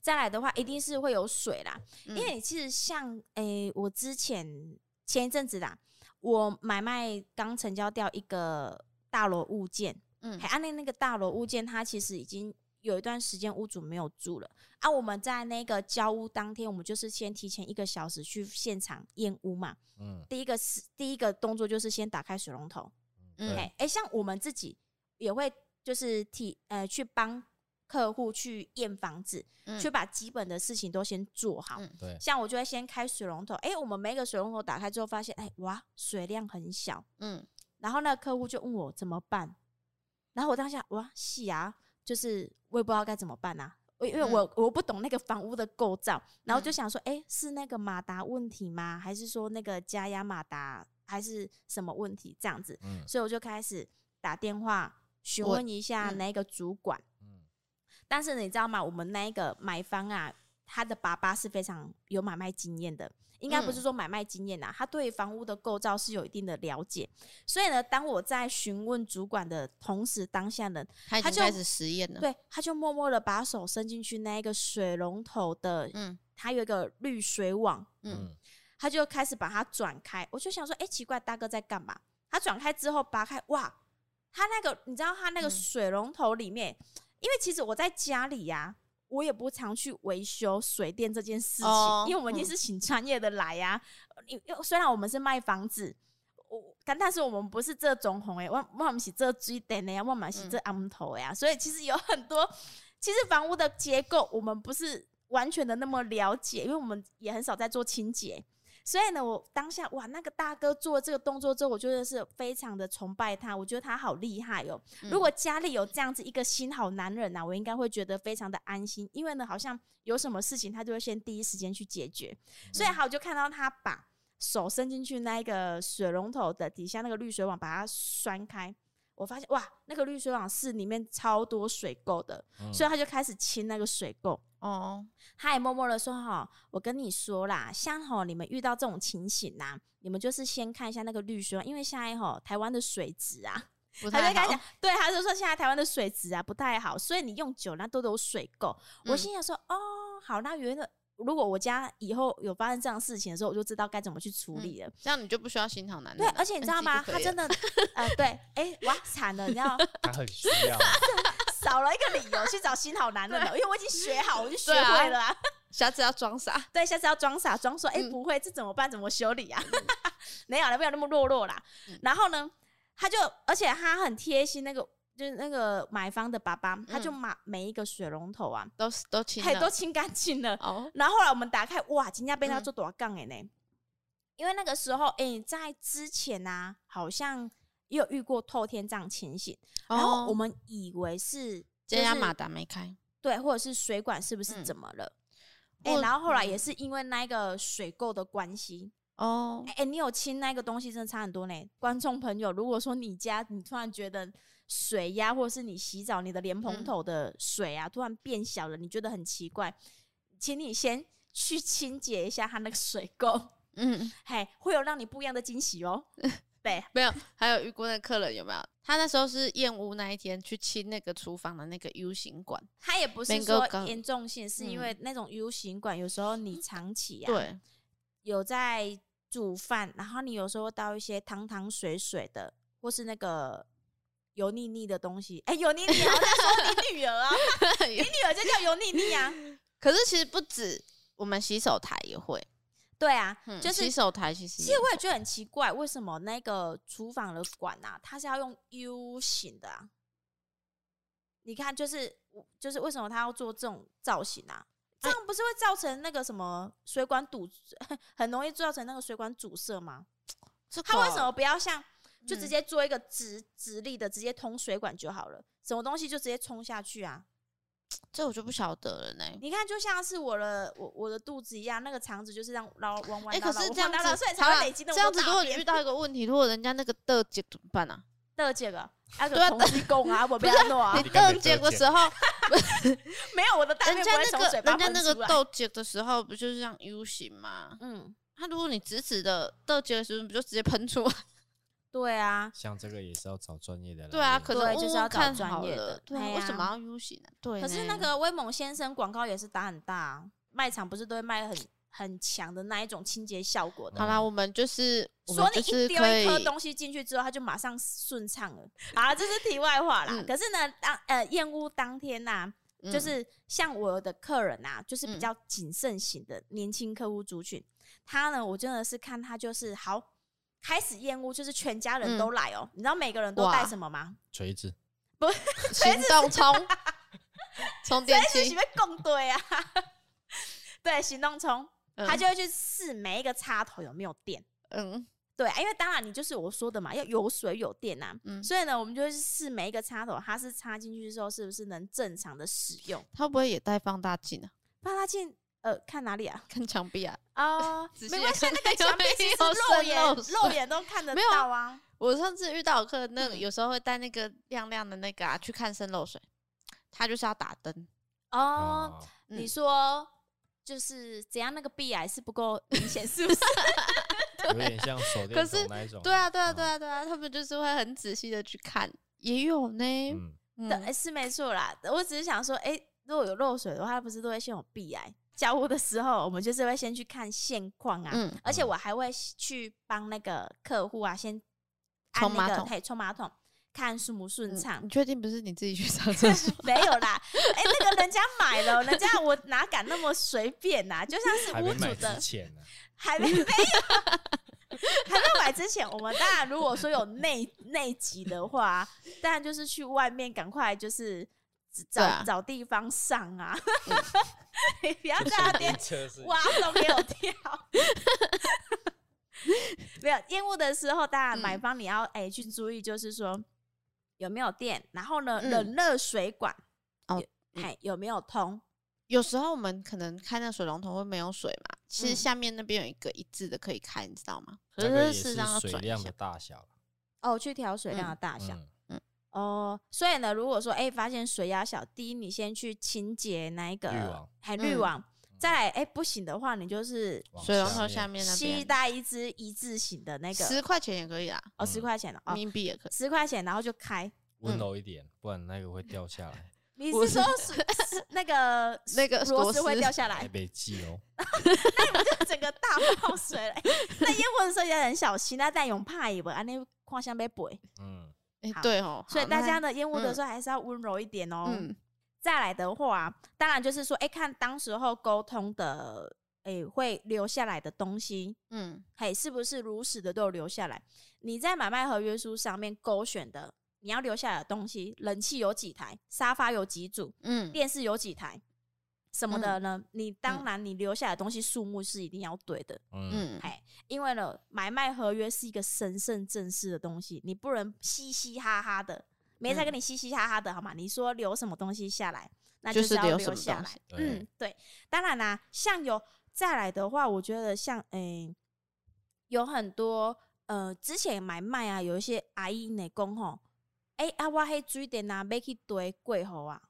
Speaker 1: 再来的话，一定是会有水啦，
Speaker 3: 因
Speaker 1: 因为其实像诶、我之前前一阵子啦，我买卖刚成交掉一个大楼物件，
Speaker 3: 嗯
Speaker 1: 海岸那那个大楼物件，它其实已经有一段时间屋主没有住了啊。我们在那个交屋当天，我们就是先提前一个小时去现场验屋嘛。
Speaker 2: 嗯，
Speaker 1: 第一个是第一个动作就是先打开水龙头，
Speaker 3: 嗯
Speaker 1: 哎、
Speaker 2: 对
Speaker 1: 哎、像我们自己也会就是替呃去帮客户去验房子，
Speaker 3: 嗯
Speaker 1: 去把基本的事情都先做好。
Speaker 3: 嗯
Speaker 2: 对
Speaker 1: 像我就会先开水龙头，哎、我们每一个水龙头打开之后，发现哎、哇，水量很小。
Speaker 3: 嗯
Speaker 1: 然后那个客户就问我怎么办，然后我当下哇，是啊，就是我也不知道该怎么办啊。我因为我、我不懂那个房屋的构造，然后就
Speaker 3: 嗯
Speaker 1: 想说，哎、是那个马达问题吗？还是说那个加压马达还是什么问题？这样子，
Speaker 2: 嗯
Speaker 1: 所以我就开始打电话询
Speaker 3: 我
Speaker 1: 问一下
Speaker 3: 嗯
Speaker 1: 那个主管。
Speaker 2: 嗯
Speaker 1: 但是你知道吗？我们那一个买方啊，他的爸爸是非常有买卖经验的，应该不
Speaker 3: 嗯
Speaker 1: 是说买卖经验啊，他对房屋的构造是有一定的了解。所以呢，当我在询问主管的同时，当下呢，
Speaker 3: 他已
Speaker 1: 他
Speaker 3: 经
Speaker 1: 就
Speaker 3: 开始实验了，
Speaker 1: 对他就默默的把手伸进去那一个水龙头的，
Speaker 3: 嗯
Speaker 1: 它有一个滤水网，
Speaker 3: 嗯
Speaker 2: 嗯
Speaker 1: 他就开始把它转开。我就想说，哎、奇怪，大哥在干嘛？他转开之后拔开，哇，他那个你知道他那个
Speaker 3: 嗯
Speaker 1: 水龙头里面，因为其实我在家里呀、我也不常去维修水电这件事情，
Speaker 3: 哦
Speaker 1: 因为我们一定
Speaker 3: 嗯
Speaker 1: 是请专业的来呀、因因为虽然我们是卖房子。我但但是我们不是这种红哎，我我们是这水电的呀，我们是
Speaker 3: 嗯
Speaker 1: 这安头呀，所以其实有很多，其实房屋的结构我们不是完全的那么了解，因为我们也很少在做清洁，所以呢，我当下哇，那个大哥做这个动作之后，我真的是非常的崇拜他，我觉得他好厉害哦。
Speaker 3: 嗯
Speaker 1: 如果家里有这样子一个新好男人呐、我应该会觉得非常的安心，因为呢，好像有什么事情他就会先第一时间去解决。所以好，我就看到他把手伸进去那一个水龙头的底下那个滤水网，把它栓开。我发现哇，那个滤水网是里面超多水垢的，
Speaker 2: 嗯
Speaker 1: 所以他就开始清那个水垢。
Speaker 3: 哦，
Speaker 1: 他也默默的说：“哈，我跟你说啦，像吼你们遇到这种情形呐、你们就是先看一下那个绿水，因为现在吼台湾的水质啊，
Speaker 3: 不
Speaker 1: 他就
Speaker 3: 太
Speaker 1: 跟他
Speaker 3: 好
Speaker 1: 讲，对，他就说现在台湾的水质啊不太好，所以你用久了那都有水垢。我
Speaker 3: 嗯
Speaker 1: 心想说，哦，好，那原来如果我家以后有发生这样的事情的时候，我就知道该怎么去处理了。
Speaker 3: 这样你就不需要新好男人
Speaker 1: 对，
Speaker 3: 了，
Speaker 1: 而且你知道吗？他真
Speaker 3: 的
Speaker 1: 的，呃，对，哎、哇，惨了，你知道
Speaker 2: 他很需要，
Speaker 1: 少了一个理由去找新好男人了，因为我已经学好，我就学
Speaker 3: 对啊
Speaker 1: 会了啊。
Speaker 3: 下次要装傻，
Speaker 1: 对，下次要装傻，装说哎、诶
Speaker 3: 嗯
Speaker 1: 不会，这怎么办？怎么修理啊？ 没有了，没有那么落落啦。
Speaker 3: 嗯
Speaker 1: 然后呢，他就而且他很贴心，那个就是那个买方的爸爸，他就
Speaker 3: 嗯
Speaker 1: 买每一个水龙头啊，
Speaker 3: 都是都亲
Speaker 1: 嘿
Speaker 3: 了
Speaker 1: 都清干净了。
Speaker 3: 哦，
Speaker 1: 然后后来我们打开，哇，今天被他
Speaker 3: 嗯
Speaker 1: 做多杠哎呢，因为那个时候哎、诶在之前啊，好像也有遇过透天这样情形，然后我
Speaker 3: 们
Speaker 1: 们以为是
Speaker 3: 哦这样
Speaker 1: 就是
Speaker 3: 马达没开，
Speaker 1: 对，或者是水管是不是
Speaker 3: 嗯
Speaker 1: 怎么了？哎、
Speaker 3: 或
Speaker 1: 然后后来也
Speaker 3: 嗯
Speaker 1: 是因为那个水垢的关系，
Speaker 3: 哦
Speaker 1: 哎、，哎你有清那个东西，真的差很多呢。观众朋友，如果说你家你突然觉得水压，或者是你洗澡你的莲蓬
Speaker 3: 嗯
Speaker 1: 头的水啊、突然变小了，你觉得很奇怪，请你先去清洁一下它那个水垢，
Speaker 3: 嗯，
Speaker 1: 嘿，会有让你不一样的惊喜 哦。对，
Speaker 3: 没有，还有遇过那个客人有没有？他那时候是燕屋那一天去亲那个厨房的那个 U 型管，
Speaker 1: 它也不是
Speaker 3: 免得
Speaker 1: 说
Speaker 3: 讲
Speaker 1: 严重性，是因为那种 U 型管，有时候你长期啊，
Speaker 3: 嗯 对，
Speaker 1: 有在煮饭，然后你有时候会倒一些汤汤水水的，或是那个油腻腻的东西。哎、油腻腻，我在说你女儿啊，你女儿就叫油腻腻啊。
Speaker 3: 可是其实不止我们洗手台也会，
Speaker 1: 对啊，
Speaker 3: 嗯
Speaker 1: 就
Speaker 3: 洗
Speaker 1: 是
Speaker 3: 手台其实
Speaker 1: 其
Speaker 3: 也
Speaker 1: 实我也觉得很奇怪，为什么那个厨房的管啊，它是要用 U 型的啊？你看，就是就是为什么它要做这种造型啊？
Speaker 3: 哎
Speaker 1: 这样不是会造成那个什么水管堵， 很容易造成那个水管阻塞吗？
Speaker 3: 这
Speaker 1: 他为
Speaker 3: 个
Speaker 1: 什么不要像就直
Speaker 3: 嗯
Speaker 1: 接做一个直直立的，直接通水管就好了？什么东西就直接冲下去啊？
Speaker 3: 这我就不晓得了呢？
Speaker 1: 你看，就像是我的我我的肚子一样，那个肠子就是让绕弯弯
Speaker 3: 哎、
Speaker 1: 绕绕。
Speaker 3: 可是这样
Speaker 1: 弯绕绕
Speaker 3: 子，
Speaker 1: 所以
Speaker 3: 好
Speaker 1: 才
Speaker 3: 啦
Speaker 1: 会累积那
Speaker 3: 这样
Speaker 1: 么
Speaker 3: 子，
Speaker 1: 多大
Speaker 3: 如果你
Speaker 1: 便
Speaker 3: 遇到 一个问题，如果人家那个的结怎么办啊？
Speaker 1: 的这个，啊
Speaker 3: 对
Speaker 1: 个
Speaker 3: 啊
Speaker 1: 同居共啊，我不
Speaker 3: 不
Speaker 1: 要弄啊
Speaker 3: 你，
Speaker 2: 应该
Speaker 3: 豆
Speaker 2: 没
Speaker 3: 结
Speaker 2: 得
Speaker 3: 的
Speaker 2: 解
Speaker 3: 时候，
Speaker 1: 没有我的大
Speaker 3: 人
Speaker 1: 便不
Speaker 3: 家
Speaker 1: 会
Speaker 3: 那
Speaker 1: 从
Speaker 3: 个
Speaker 1: 嘴巴
Speaker 3: 人家
Speaker 1: 喷
Speaker 3: 那个
Speaker 1: 出来。
Speaker 3: 豆结的时候，不就是像 U 型吗？
Speaker 1: 嗯，
Speaker 3: 他如果你直直的豆结的时候，不就直接喷出来？
Speaker 1: 对啊，
Speaker 2: 像这个也是要找专业的来
Speaker 3: 对啊，
Speaker 2: 练
Speaker 3: 可
Speaker 1: 对
Speaker 3: 能
Speaker 1: 就是
Speaker 3: 问
Speaker 1: 要
Speaker 3: 问
Speaker 1: 找
Speaker 3: 看
Speaker 1: 专
Speaker 3: 好
Speaker 1: 业
Speaker 3: 了
Speaker 1: 的
Speaker 3: 对
Speaker 1: 哎
Speaker 3: 啊，为什
Speaker 1: 呀
Speaker 3: 么要 U 型呢？对呢，
Speaker 1: 可是那个威猛先生广告也是打很大啊，卖场不是都会卖很很强的那一种清洁效果的吗。
Speaker 3: 好啦，我们就是我
Speaker 1: 说
Speaker 3: 们
Speaker 1: 你
Speaker 3: 就是
Speaker 1: 一丢
Speaker 3: 可
Speaker 1: 一
Speaker 3: 以
Speaker 1: 颗东西进去之后，它就马上顺畅了。好啊啦，这是题外话啦。
Speaker 3: 嗯
Speaker 1: 可是呢，当呃燕屋当天呐、
Speaker 3: 嗯
Speaker 1: 就是像我的客人呐、就是比
Speaker 3: 嗯
Speaker 1: 较谨慎型的年轻客户族群，他呢，我真的是看他就是好开始厌恶，就是全家人都来哦、你知道每个人都
Speaker 3: 嗯哇
Speaker 1: 带什么吗？
Speaker 2: 锤子，
Speaker 3: 行动充充电
Speaker 1: 自己
Speaker 3: 器
Speaker 1: 被，供堆啊， 对，行动充，
Speaker 3: 嗯
Speaker 1: 他就会去试每一个插头有没有电。
Speaker 3: 嗯
Speaker 1: 对，啊因为当然你就是我说的嘛，要有水有电呐、
Speaker 3: 嗯，
Speaker 1: 所以呢，我们就是试每一个插头，它是插进去之后是不是能正常的使用？
Speaker 3: 他会不会也带放大镜啊？
Speaker 1: 放它进呃，看哪里啊？
Speaker 3: 看墙壁啊？
Speaker 1: 哦，
Speaker 3: 仔细
Speaker 1: 没关系，
Speaker 3: 看
Speaker 1: 那个
Speaker 3: 有
Speaker 1: 墙壁
Speaker 3: 没
Speaker 1: 其实
Speaker 3: 有
Speaker 1: 肉
Speaker 3: 渗
Speaker 1: 眼
Speaker 3: 漏水
Speaker 1: 肉眼都看得
Speaker 3: 没有啊
Speaker 1: 到啊。
Speaker 3: 我上次遇到有客人，那个
Speaker 1: 嗯
Speaker 3: 有时候会带那个亮亮的那个啊去看渗漏水，他就是要打灯，
Speaker 1: 哦，
Speaker 2: 啊
Speaker 1: 你
Speaker 3: 嗯
Speaker 1: 说就是怎样那个壁癌是不够明显，是不是？
Speaker 2: 有点像手
Speaker 3: 可
Speaker 2: 电
Speaker 3: 是
Speaker 2: 筒那一种。
Speaker 3: 对啊，对啊，
Speaker 2: 嗯
Speaker 3: 对，啊，对啊，他们就是会很仔细的去看，也有呢，
Speaker 2: 嗯，
Speaker 3: 嗯
Speaker 1: 对，是没错啦。我只是想说，哎、如果有漏水的话，不是都会先有壁癌？交屋的时候，我们就是会先去看现况啊，
Speaker 3: 嗯
Speaker 1: 而且
Speaker 2: 嗯
Speaker 1: 我还会去帮那个客户啊，先按
Speaker 3: 冲
Speaker 1: 那
Speaker 3: 马
Speaker 1: 个
Speaker 3: 桶
Speaker 1: 嘿冲马桶，看顺不顺
Speaker 3: 嗯
Speaker 1: 畅。
Speaker 3: 你确定不是你自己去上 厕所？
Speaker 1: 没有啦，哎、那个人家买了，人家我哪敢那么随便呐、就像
Speaker 2: 还
Speaker 1: 是屋
Speaker 2: 没
Speaker 1: 主
Speaker 2: 买之
Speaker 1: 的，
Speaker 2: 前 呢，
Speaker 1: 还没没有，还没买之前，我们当然如果说有内内急的话，当然就是去外面赶快就是找、
Speaker 3: 对啊嗯
Speaker 1: 找地方上啊， 你不
Speaker 3: 啊
Speaker 1: 要在那边
Speaker 2: 车是
Speaker 1: 哇，都没有跳。 没有烟雾的时候，当然买方你要哎、去注意，就是说有没有电，然后呢，
Speaker 3: 嗯
Speaker 1: 冷热水管
Speaker 3: 哦
Speaker 1: 有，哎、有没有通？
Speaker 3: 有时候我们可能开那水龙头会没有水嘛，其实
Speaker 1: 嗯
Speaker 3: 下面那边有一个一致的可以开，你知道吗？可
Speaker 2: 这个也
Speaker 3: 是事实
Speaker 2: 是
Speaker 3: 上要
Speaker 2: 水
Speaker 3: 转一
Speaker 2: 量
Speaker 3: 下
Speaker 2: 的，大小，
Speaker 1: 哦，去调水量的大小。
Speaker 2: 嗯，
Speaker 1: 哦，所以呢，如果说哎、发现水压小，第一你先去清洁那一
Speaker 2: 滤
Speaker 1: 个
Speaker 2: 网
Speaker 1: 还滤
Speaker 3: 嗯
Speaker 1: 网，再来哎、不行的话，你就是
Speaker 2: 往
Speaker 3: 水龙头
Speaker 2: 下
Speaker 3: 下面那
Speaker 1: 吸
Speaker 3: 边嗯
Speaker 1: 带一支一字型的那个
Speaker 3: 十块钱也可以啦，
Speaker 1: 哦，十
Speaker 2: 嗯
Speaker 1: 块钱的哦，
Speaker 3: 冥 币也可以。
Speaker 1: 十块钱，然后就开。
Speaker 3: 嗯
Speaker 2: 温柔一点，不然那个会掉下来，
Speaker 1: 你
Speaker 3: 我
Speaker 1: 是
Speaker 3: 是
Speaker 1: 说水是那个
Speaker 3: 那个
Speaker 1: 螺
Speaker 3: 螺
Speaker 1: 丝会
Speaker 3: 丝哎
Speaker 1: 掉下来
Speaker 2: 还，被记哦。
Speaker 1: 整个大泡水 了。哎那烟雾的时候也很小心，那啊但用怕也不安尼看像被背。
Speaker 2: 嗯，
Speaker 3: 哎
Speaker 1: 好，
Speaker 3: 对哦，
Speaker 1: 所以
Speaker 3: 好那
Speaker 1: 大家呢，烟雾的
Speaker 3: 嗯
Speaker 1: 时候还是要温柔一点哦、
Speaker 3: 嗯，
Speaker 1: 再来的话，当然就是说，哎、看当时候沟通的，哎、会留下来的东西，
Speaker 3: 嗯，
Speaker 1: 嘿，是不是如实的都有留下来？你在买卖合约书上面勾选的，你要留下来的东西，冷气有几台，沙发有几组，
Speaker 3: 嗯，
Speaker 1: 电视有几台，什么的呢？你当然你留下来的东西数目是一定要对的。
Speaker 2: 嗯，
Speaker 3: 嗯，
Speaker 1: 哎，因为呢，买卖合约是一个神圣正式的东西，你不能嘻嘻哈哈的，没
Speaker 3: 嗯
Speaker 1: 在跟你嘻嘻哈哈的好吗？你说留什么东西下来，那
Speaker 3: 就是是
Speaker 1: 要
Speaker 3: 留什么
Speaker 1: 下
Speaker 3: 东
Speaker 1: 来
Speaker 3: 西。
Speaker 2: 对
Speaker 1: 嗯，对，当然啦、像有再来的话，我觉得像诶、有很多呃，之前买卖啊，有一些阿姨呢讲吼，诶、啊，我迄水电啊，要去对过户啊，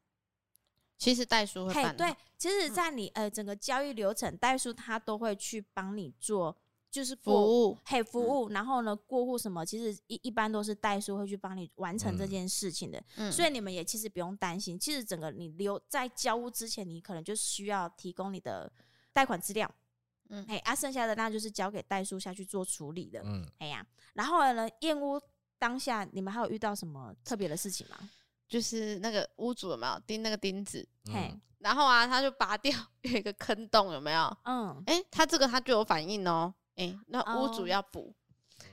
Speaker 3: 其实代书会
Speaker 1: 嘿，
Speaker 3: 办，
Speaker 1: 对，，其实，
Speaker 3: 嗯
Speaker 1: 在你呃整个交易流程，代数他都会去帮你做，就是
Speaker 3: 服
Speaker 1: 过
Speaker 3: 务，嗯
Speaker 1: 嘿，服务，然后呢，过户什么，其实一一般都是代书会去帮你完成这
Speaker 2: 嗯
Speaker 1: 件事情的，
Speaker 3: 嗯，
Speaker 1: 所以你们也其实不用担心。其实整个你留在交屋之前，你可能就需要提供你的贷款资料，
Speaker 3: 嗯
Speaker 1: 嘿，啊，剩下的那就是交给代书下去做处理的，
Speaker 2: 嗯，
Speaker 1: 哎呀、然后呢，验屋当下你们还有遇到什么特别的事情吗？
Speaker 3: 就是那个屋主有没有钉那个钉子，
Speaker 1: 嘿
Speaker 2: 嗯，，
Speaker 3: 然后啊，他就拔掉有一个坑洞，有没有？
Speaker 1: 嗯，
Speaker 3: 哎，他这个他就有反应哦，哎，那屋
Speaker 1: 哦
Speaker 3: 主要补，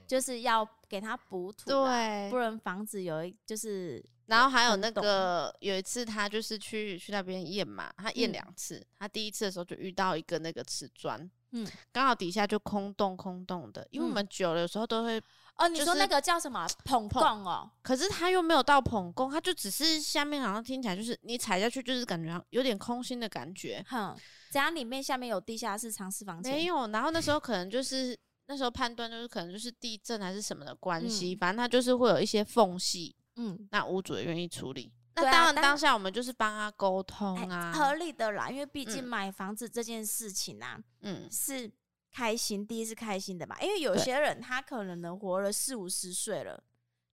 Speaker 1: 就是要给他补土啊啦，
Speaker 3: 对
Speaker 1: 不，然防止有一就是
Speaker 3: 然后还有
Speaker 1: 很
Speaker 3: 那
Speaker 1: 懂
Speaker 3: 个有一次他就是去去那边验嘛，他验
Speaker 1: 嗯
Speaker 3: 两次，他第一次的时候就遇到一个那个瓷砖，
Speaker 1: 嗯
Speaker 3: 嗯，刚好底下就空洞空洞的，因为我
Speaker 1: 嗯
Speaker 3: 们久了有时候都会，
Speaker 1: 哦，你
Speaker 3: 就
Speaker 1: 说那
Speaker 3: 是
Speaker 1: 个叫什
Speaker 3: 啊
Speaker 1: 么捧
Speaker 3: 捧
Speaker 1: 供哦，
Speaker 3: 可是他又没有到捧工，他就只是下面好像听起来就是你踩下去就是感觉好像有点空心的感觉，
Speaker 1: 哼，只要里面下面有地下室藏私房钱，
Speaker 3: 没有。然后那时候可能就是那时候判断就是可能就是地震还是什么的关系，
Speaker 1: 嗯
Speaker 3: 反正它就是会有一些缝隙，
Speaker 1: 嗯，
Speaker 3: 那屋主也愿意处理。
Speaker 1: 对
Speaker 3: 那
Speaker 1: 啊
Speaker 3: 当然，
Speaker 1: 当
Speaker 3: 当下我们就是帮他沟通
Speaker 1: 哎
Speaker 3: 啊，
Speaker 1: 合理的啦，因为毕竟
Speaker 3: 嗯
Speaker 1: 买房子这件事情啊，
Speaker 3: 嗯，
Speaker 1: 是开心，第一是开心的吧，因为有
Speaker 3: 对
Speaker 1: 些人他可能能活了四五十岁了，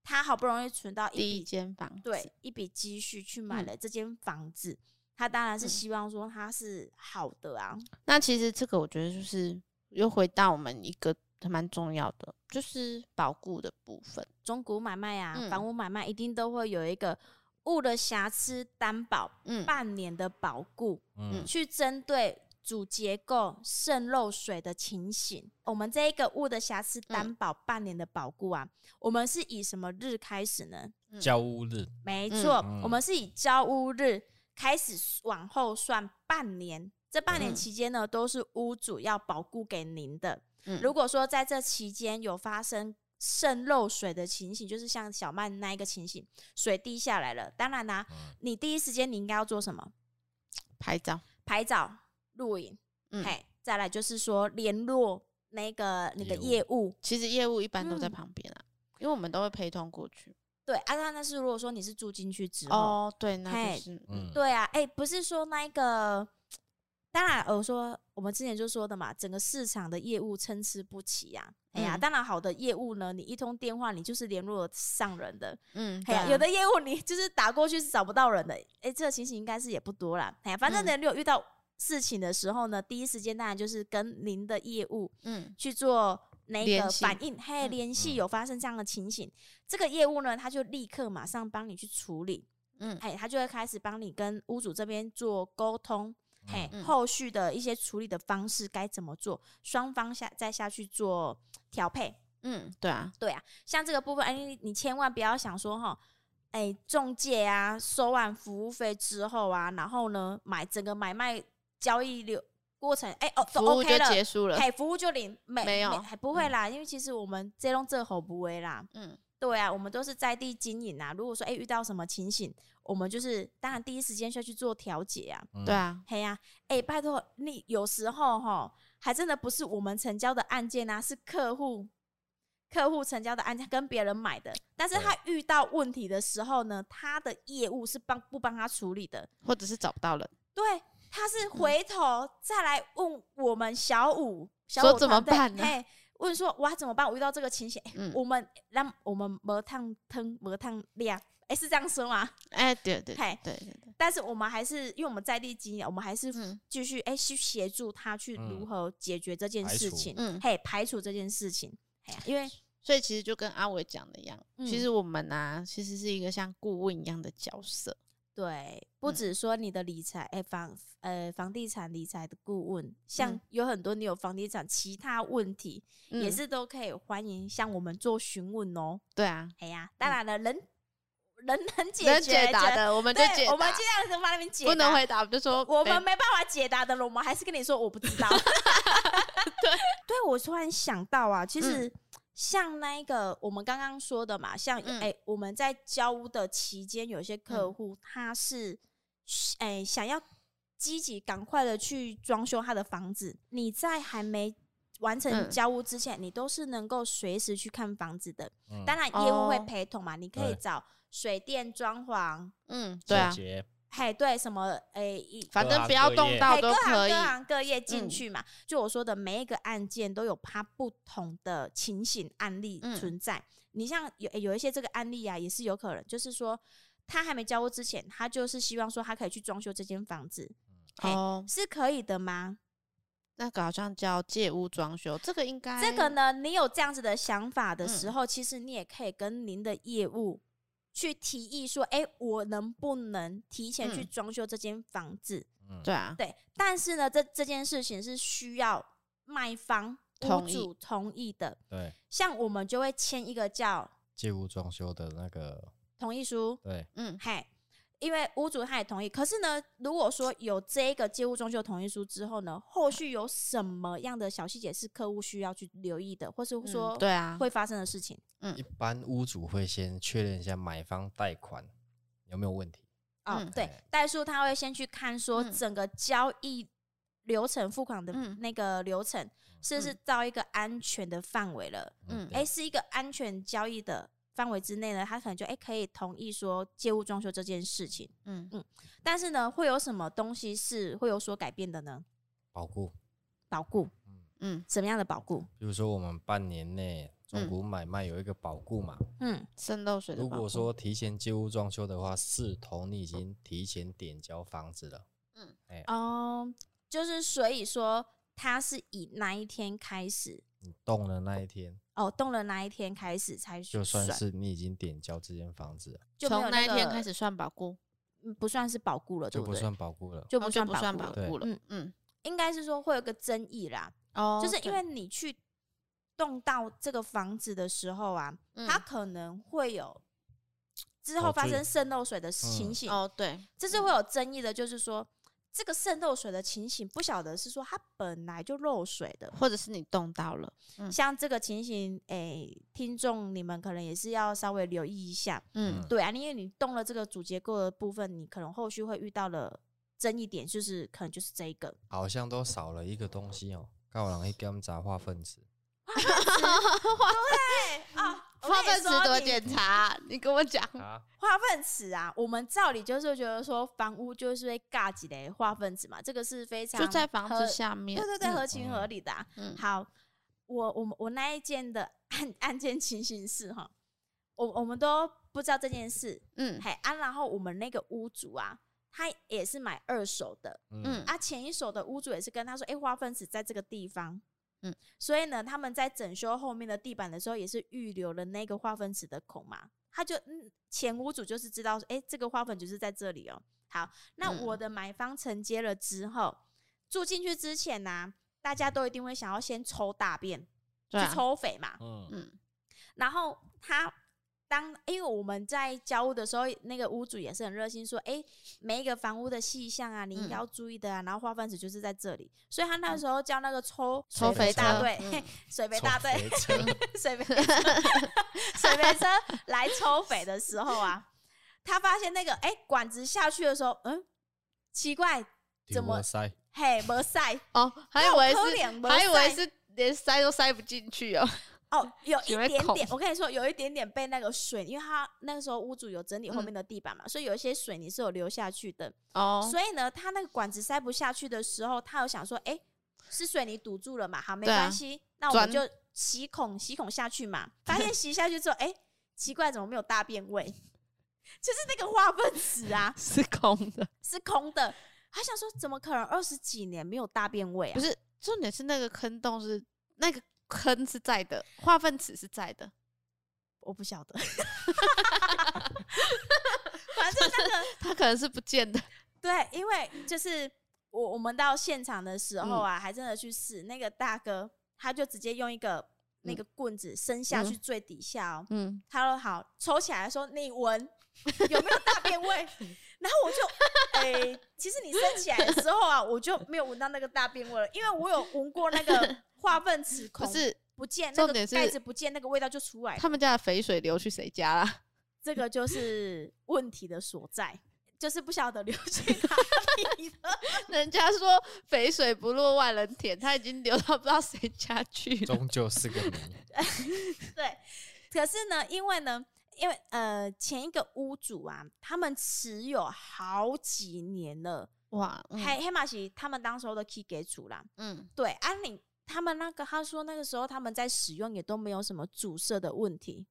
Speaker 1: 他好不容易存到一
Speaker 3: 第
Speaker 1: 笔
Speaker 3: 一间房子，
Speaker 1: 对一笔积蓄去买
Speaker 3: 嗯
Speaker 1: 了这间房子，他当然是
Speaker 3: 嗯
Speaker 1: 希望说他是好的啊，
Speaker 3: 那其实这个我觉得就是又回到我们一个还蛮重要的，就是保固的部分。
Speaker 1: 中古买卖啊，
Speaker 3: 嗯
Speaker 1: 房屋买卖一定都会有一个物的瑕疵担保、
Speaker 3: 嗯，
Speaker 1: 半年的保固，
Speaker 2: 嗯
Speaker 1: 去针对主结构渗漏水的情形。我们这一个物的瑕疵担保半年的保固啊，我们是以什么日开始呢？
Speaker 3: 嗯
Speaker 2: 交屋日，
Speaker 1: 没错，
Speaker 2: 嗯
Speaker 1: 我们是以交屋日开始往后算半年。这半年
Speaker 3: 嗯
Speaker 1: 期间呢，都是屋主要保固给您的。
Speaker 3: 嗯
Speaker 1: 如果说在这期间有发生渗漏水的情形，就是像小曼那一个情形，水滴下来了，当然啦、
Speaker 2: 嗯
Speaker 1: 你第一时间你应该要做什么？
Speaker 3: 拍照，
Speaker 1: 拍照、录影，
Speaker 3: 嗯
Speaker 1: 嘿，再来就是说联络那个你的业
Speaker 2: 业
Speaker 1: 务。
Speaker 3: 其实业务一般都在
Speaker 1: 嗯
Speaker 3: 旁边啊，因为我们都会陪同过去。
Speaker 1: 对，啊，那那是如果说你是住进去之后，
Speaker 3: 哦，对，那
Speaker 1: 嘿
Speaker 3: 就是嗯
Speaker 2: 嗯，
Speaker 1: 对啊，哎、不是说那一个，当然，呃我说我们之前就说的嘛，整个市场的业务参差不齐呀、哎呀、
Speaker 3: 嗯
Speaker 1: 当然好的业务呢，你一通电话你就是联络得上人的，
Speaker 3: 嗯，
Speaker 1: 哎
Speaker 3: 对
Speaker 1: 呀、
Speaker 3: 啊
Speaker 1: 有的业务你就是打过去是找不到人的，哎、这个情形应该是也不多啦。哎呀、
Speaker 3: 嗯
Speaker 1: 反正呢，你有遇到事情的时候呢，第一时间当然就是跟您的业务
Speaker 3: 嗯
Speaker 1: 去做那个
Speaker 3: 联系
Speaker 1: 反应，嘿，
Speaker 3: 嗯
Speaker 1: 联系
Speaker 2: 嗯
Speaker 1: 有发生这样的情形，这个业务呢，他就立刻马上帮你去处理。
Speaker 3: 嗯
Speaker 1: 哎，他就会开始帮你跟屋主这边做沟通，哎、
Speaker 3: 嗯
Speaker 1: 后续的一些处理的方式该怎么做，双方下再下去做调配。
Speaker 3: 嗯，对啊，
Speaker 1: 对啊，像这个部分，哎，你你千万不要想说哈，哎，中介啊收完服务费之后啊，然后呢买整个买卖交易流过程，哎哦
Speaker 3: 服
Speaker 1: 都
Speaker 3: 务就
Speaker 1: OK 了，
Speaker 3: 结束了。
Speaker 1: 哎，服务就领没
Speaker 3: 没有
Speaker 1: 还不会啦，因为其实我们这弄这吼不为啦，
Speaker 3: 嗯
Speaker 1: 对啊，我们都是在地经营啊。如果说哎、诶遇到什么情形，我们就是当然第一时间就要去做调解啊。
Speaker 2: 嗯
Speaker 3: 对，啊，
Speaker 1: 嘿呀、哎、拜托你有时候哈，还真的不是我们成交的案件啊，是客户客户成交的案件跟别人买的，但是他遇到问题的时候呢，他的业务是帮不帮他处理的，
Speaker 3: 或者是找不到人，
Speaker 1: 对，他是
Speaker 3: 嗯
Speaker 1: 回头再来问我们小五，小
Speaker 3: 说
Speaker 1: 五
Speaker 3: 怎么
Speaker 1: 团队
Speaker 3: 办呢
Speaker 1: 嘿问说哇怎么办？我遇到这个情形，哎
Speaker 3: 嗯
Speaker 1: 我们让我们没烫汤没烫料，哎、是这样说吗？
Speaker 3: 哎，对对
Speaker 1: 嘿
Speaker 3: 对对对对，
Speaker 1: 但是我们还是因为我们在地经营，我们还是
Speaker 3: 嗯
Speaker 1: 继续哎、去协助他去如
Speaker 2: 嗯
Speaker 1: 何解决这件
Speaker 2: 排
Speaker 1: 事
Speaker 2: 除
Speaker 1: 情，
Speaker 3: 嗯，
Speaker 1: 嘿，排除这件事情，哎呀，因为
Speaker 3: 所以其实就跟阿伟讲的一样，其
Speaker 1: 嗯
Speaker 3: 实我们啊，其实是一个像顾问一样的角色，
Speaker 1: 对，不
Speaker 3: 嗯
Speaker 1: 只说你的理财，哎、房呃房地产理财的顾问，像
Speaker 3: 嗯
Speaker 1: 有很多你有房地产其他问题，也
Speaker 3: 嗯
Speaker 1: 是都可以欢迎向我们做询问哦。
Speaker 3: 对啊，
Speaker 1: 哎呀，当然了，人人能解
Speaker 3: 能
Speaker 1: 决
Speaker 3: 解答
Speaker 1: 觉
Speaker 3: 的我们就
Speaker 1: 对，
Speaker 3: 解答，
Speaker 1: 我们尽量能帮你们解答。
Speaker 3: 不能回答，我们就说哎
Speaker 1: 我们
Speaker 3: 没
Speaker 1: 没办法解答的了，我们还是跟你说我不知 道。 对，对我突然想到啊，其实像那一个我们刚刚说的嘛，像哎、
Speaker 3: 嗯
Speaker 1: 我们在交屋的期间，有些客户他是哎、想要积极赶快的去装修他的房子，你在还没。完成
Speaker 3: 嗯
Speaker 1: 交屋之前，你都是能够随时去看房子的。
Speaker 2: 嗯
Speaker 1: 当然，业务会
Speaker 3: 哦
Speaker 1: 陪同嘛，你可以
Speaker 2: 对
Speaker 1: 找水电、装潢，
Speaker 3: 嗯，对啊
Speaker 2: 小，杰
Speaker 1: 嘿，对，什么，诶、一
Speaker 3: 反
Speaker 2: 各
Speaker 3: 正
Speaker 2: 行
Speaker 3: 不要
Speaker 2: 各
Speaker 3: 动
Speaker 2: 业
Speaker 3: 到
Speaker 1: 对，
Speaker 3: 都
Speaker 1: 哎各行
Speaker 3: 可以
Speaker 1: 各，行各业进
Speaker 3: 嗯
Speaker 1: 去嘛。就我说的，每一个案件都有它不同的情形案例
Speaker 3: 嗯
Speaker 1: 存在。你像有有一些这个案例啊，也是有可能，就是说他还没交屋之前，他就是希望说他可以去装修这间房子，嘿
Speaker 3: 哦，
Speaker 1: 是可以的吗？
Speaker 3: 那个好像叫借屋装修，这个应该
Speaker 1: 这个呢，你有这样子的想法的
Speaker 3: 嗯
Speaker 1: 时候，其实你也可以跟您的业务去提议说，哎、我能不能提前去
Speaker 3: 嗯
Speaker 1: 装修这间房子？
Speaker 2: 嗯
Speaker 3: 对啊，
Speaker 1: 对，但是呢，这这件事情是需要卖方屋
Speaker 3: 同意
Speaker 1: 主同意的。
Speaker 2: 对，
Speaker 1: 像我们就会签一个叫
Speaker 2: 借屋装修的那个
Speaker 1: 同意书，
Speaker 2: 对，
Speaker 3: 嗯
Speaker 1: 嘿，因为屋主他也同意。可是呢，如果说有这一个借屋装修同意书之后呢，后续有什么样的小细节是客户需要去留意的，或是
Speaker 3: 嗯
Speaker 1: 说
Speaker 3: 对啊，
Speaker 1: 会发生的事情？
Speaker 2: 一般屋主会先确认一下买方贷款有没有问题，
Speaker 1: 哦
Speaker 3: 嗯，
Speaker 1: 对
Speaker 2: 哎，
Speaker 1: 代叔他会先去看说
Speaker 3: 嗯
Speaker 1: 整个交易流程、付款的
Speaker 3: 嗯
Speaker 1: 那个流程是不是到一个安全的范围了。
Speaker 3: 嗯
Speaker 1: 哎、
Speaker 2: 对
Speaker 1: 是一个安全交易的范围之内呢，他可能就哎、可以同意说借屋装修这件事情。
Speaker 3: 嗯
Speaker 1: 但是呢，会有什么东西是会有所改变的呢？
Speaker 2: 保固，
Speaker 1: 保固，
Speaker 2: 嗯
Speaker 3: 嗯，
Speaker 1: 什么样的保固？
Speaker 2: 比如说我们半年内中
Speaker 3: 嗯
Speaker 2: 古买卖有一个保固嘛，
Speaker 1: 嗯，
Speaker 3: 渗漏水的
Speaker 2: 如
Speaker 3: 保护。
Speaker 2: 果说提前进入装修的话，视同你已经提前点交房子了。
Speaker 1: 哦，就是所以说它是以哪一天开始？
Speaker 2: 你动了那一天，
Speaker 1: 哦，动了哪一天开始才
Speaker 2: 就算
Speaker 1: 算
Speaker 2: 是你已经点交这间房子了，
Speaker 1: 就没有
Speaker 3: 从那一天
Speaker 1: 个
Speaker 3: 开始算保固，
Speaker 1: 嗯不算是保固了，对
Speaker 2: 就不
Speaker 1: 对？
Speaker 2: 算保固了。
Speaker 1: 就
Speaker 3: 哦
Speaker 1: 不
Speaker 3: 就
Speaker 1: 算
Speaker 3: 不
Speaker 1: 保
Speaker 3: 算
Speaker 1: 固
Speaker 3: 保
Speaker 1: 了
Speaker 2: 对
Speaker 3: 固了。
Speaker 1: 嗯
Speaker 3: 嗯嗯，
Speaker 1: 应该是说会有个争议啦，嗯
Speaker 3: 哦
Speaker 1: 就是因
Speaker 3: 对
Speaker 1: 为你去动到这个房子的时候啊，
Speaker 3: 嗯
Speaker 1: 它可能会有之
Speaker 2: 哦
Speaker 1: 后发
Speaker 2: 最
Speaker 1: 生渗漏水的情
Speaker 2: 嗯
Speaker 1: 形，
Speaker 3: 哦对，
Speaker 1: 这是会有争议的，就是说。这个渗漏水的情形，不晓得是说它本来就漏水的，
Speaker 3: 或者是你动到了，嗯
Speaker 1: 像这个情形，诶、听众你们可能也是要稍微留意一下，
Speaker 3: 嗯
Speaker 1: 对啊，因为你动了这个主结构的部分，你可能后续会遇到了争议点，就是可能就是这一个，
Speaker 2: 好像都少了一个东西哦，告人一根杂化分子，
Speaker 1: 对啊，
Speaker 3: 化粪嗯池多检查，你跟我讲，
Speaker 1: 嗯
Speaker 2: 啊，
Speaker 1: 化粪池啊，我们照理就是觉得说房屋就是会尬几类化粪池嘛，这个是非常
Speaker 3: 就在房
Speaker 1: 合
Speaker 3: 子下面，
Speaker 1: 对对对，
Speaker 3: 嗯
Speaker 1: 合情合
Speaker 2: 嗯
Speaker 1: 理的、啊。
Speaker 3: 嗯
Speaker 1: 好，我我们我那一件的案 案件情形是哈，我我们都不知道这件事，
Speaker 3: 嗯
Speaker 1: 嘿啊，然后我们那个屋主啊，他也是买二手的，
Speaker 2: 嗯
Speaker 3: 嗯
Speaker 1: 啊，前一手的屋主也是跟他说，哎、化粪池在这个地方，嗯
Speaker 3: 嗯，
Speaker 1: 所以呢，他们在整修后面的地板的时候，也是预留了那个化粪池的孔嘛，他就嗯，前屋主就是知道说，哎、这个化粪池是在这里哦。好，那
Speaker 3: 嗯
Speaker 1: 我的买方承接了之后，住进去之前呢、大家都一定会想要先抽大便，
Speaker 3: 对啊
Speaker 1: 去抽肥嘛，
Speaker 2: 嗯
Speaker 3: 嗯
Speaker 1: 然后他当因为我们在交屋的时候，那个屋主也是很热心，说：“哎、每一个房屋的细项啊，你
Speaker 3: 嗯
Speaker 1: 应该要注意的啊。然后化粪池就是在这里，所以他那时候叫那个抽
Speaker 3: 抽
Speaker 1: 肥
Speaker 3: 肥
Speaker 1: 大
Speaker 3: 车
Speaker 1: 队、
Speaker 3: 嗯
Speaker 1: 水肥大队、
Speaker 2: 抽肥车
Speaker 1: 水肥水肥车来抽肥的时候啊，他发现那个哎、管子下去的时候，嗯，奇怪， 怎么
Speaker 2: 丢塞？
Speaker 1: 嘿，没塞，
Speaker 3: 哦，还以为
Speaker 1: 那有可
Speaker 3: 是
Speaker 1: 怜没
Speaker 3: 还以为
Speaker 1: 塞
Speaker 3: 是连塞都塞不进去哦，
Speaker 1: 哦，有一
Speaker 3: 有一
Speaker 1: 点
Speaker 3: 孔
Speaker 1: 点，我跟你说，有一点点被那个水，因为他那个时候屋主有整理后面的地板嘛，所以有一些水泥是有流下去的。
Speaker 3: 嗯哦，
Speaker 1: 所以呢，他那个管子塞不下去的时候，他有想说，哎、是水泥堵住了嘛？好，没
Speaker 3: 对啊
Speaker 1: 关系，那我们就
Speaker 3: 钻
Speaker 1: 洗孔，洗孔下去嘛。发现洗下去之后，哎、奇怪，怎么没有大便味？ 就是那个化粪池啊，
Speaker 3: 是空的，
Speaker 1: 是空的。他想说，怎么可能二十几年没有大便味啊？
Speaker 3: 不是重点是那个坑洞是那个坑是在的，化粪池是在的，
Speaker 1: 我不晓得， 反正那个
Speaker 3: 它可能是不见的，
Speaker 1: 对，因为就是我我们到现场的时候
Speaker 3: 嗯
Speaker 1: 啊，还真的去试，那个大哥他就直接用一个那个棍子伸下去最底下哦，
Speaker 3: 嗯，
Speaker 1: 他说好抽起来说你闻有没有大便 味，然后我就诶、其实你伸起来的时候啊，我就没有闻到那个大便味了，因为我有闻过那 个化粪池
Speaker 3: 不
Speaker 1: 孔
Speaker 3: 是
Speaker 1: 不见，那
Speaker 3: 重
Speaker 1: 个
Speaker 3: 点是
Speaker 1: 盖子不见，那个味道就出来了。
Speaker 3: 他们家的肥水流去谁家啦？
Speaker 1: 这个就是问题的所在，就是不晓得流去哪里了。
Speaker 3: 人家说肥水不落外人田，它已经流到不知道谁家去了。
Speaker 2: 终究是个谜。
Speaker 1: 对，可是呢，因为呢，因为呃，前一个屋主啊，他们持有好几年了，
Speaker 3: 哇，嗯
Speaker 1: 黑黑马喜他们当时候的 key 给主啦，
Speaker 3: 嗯
Speaker 1: 对，安岭他们那个他说那个时候他们在使用也都没有什么阻塞的问题。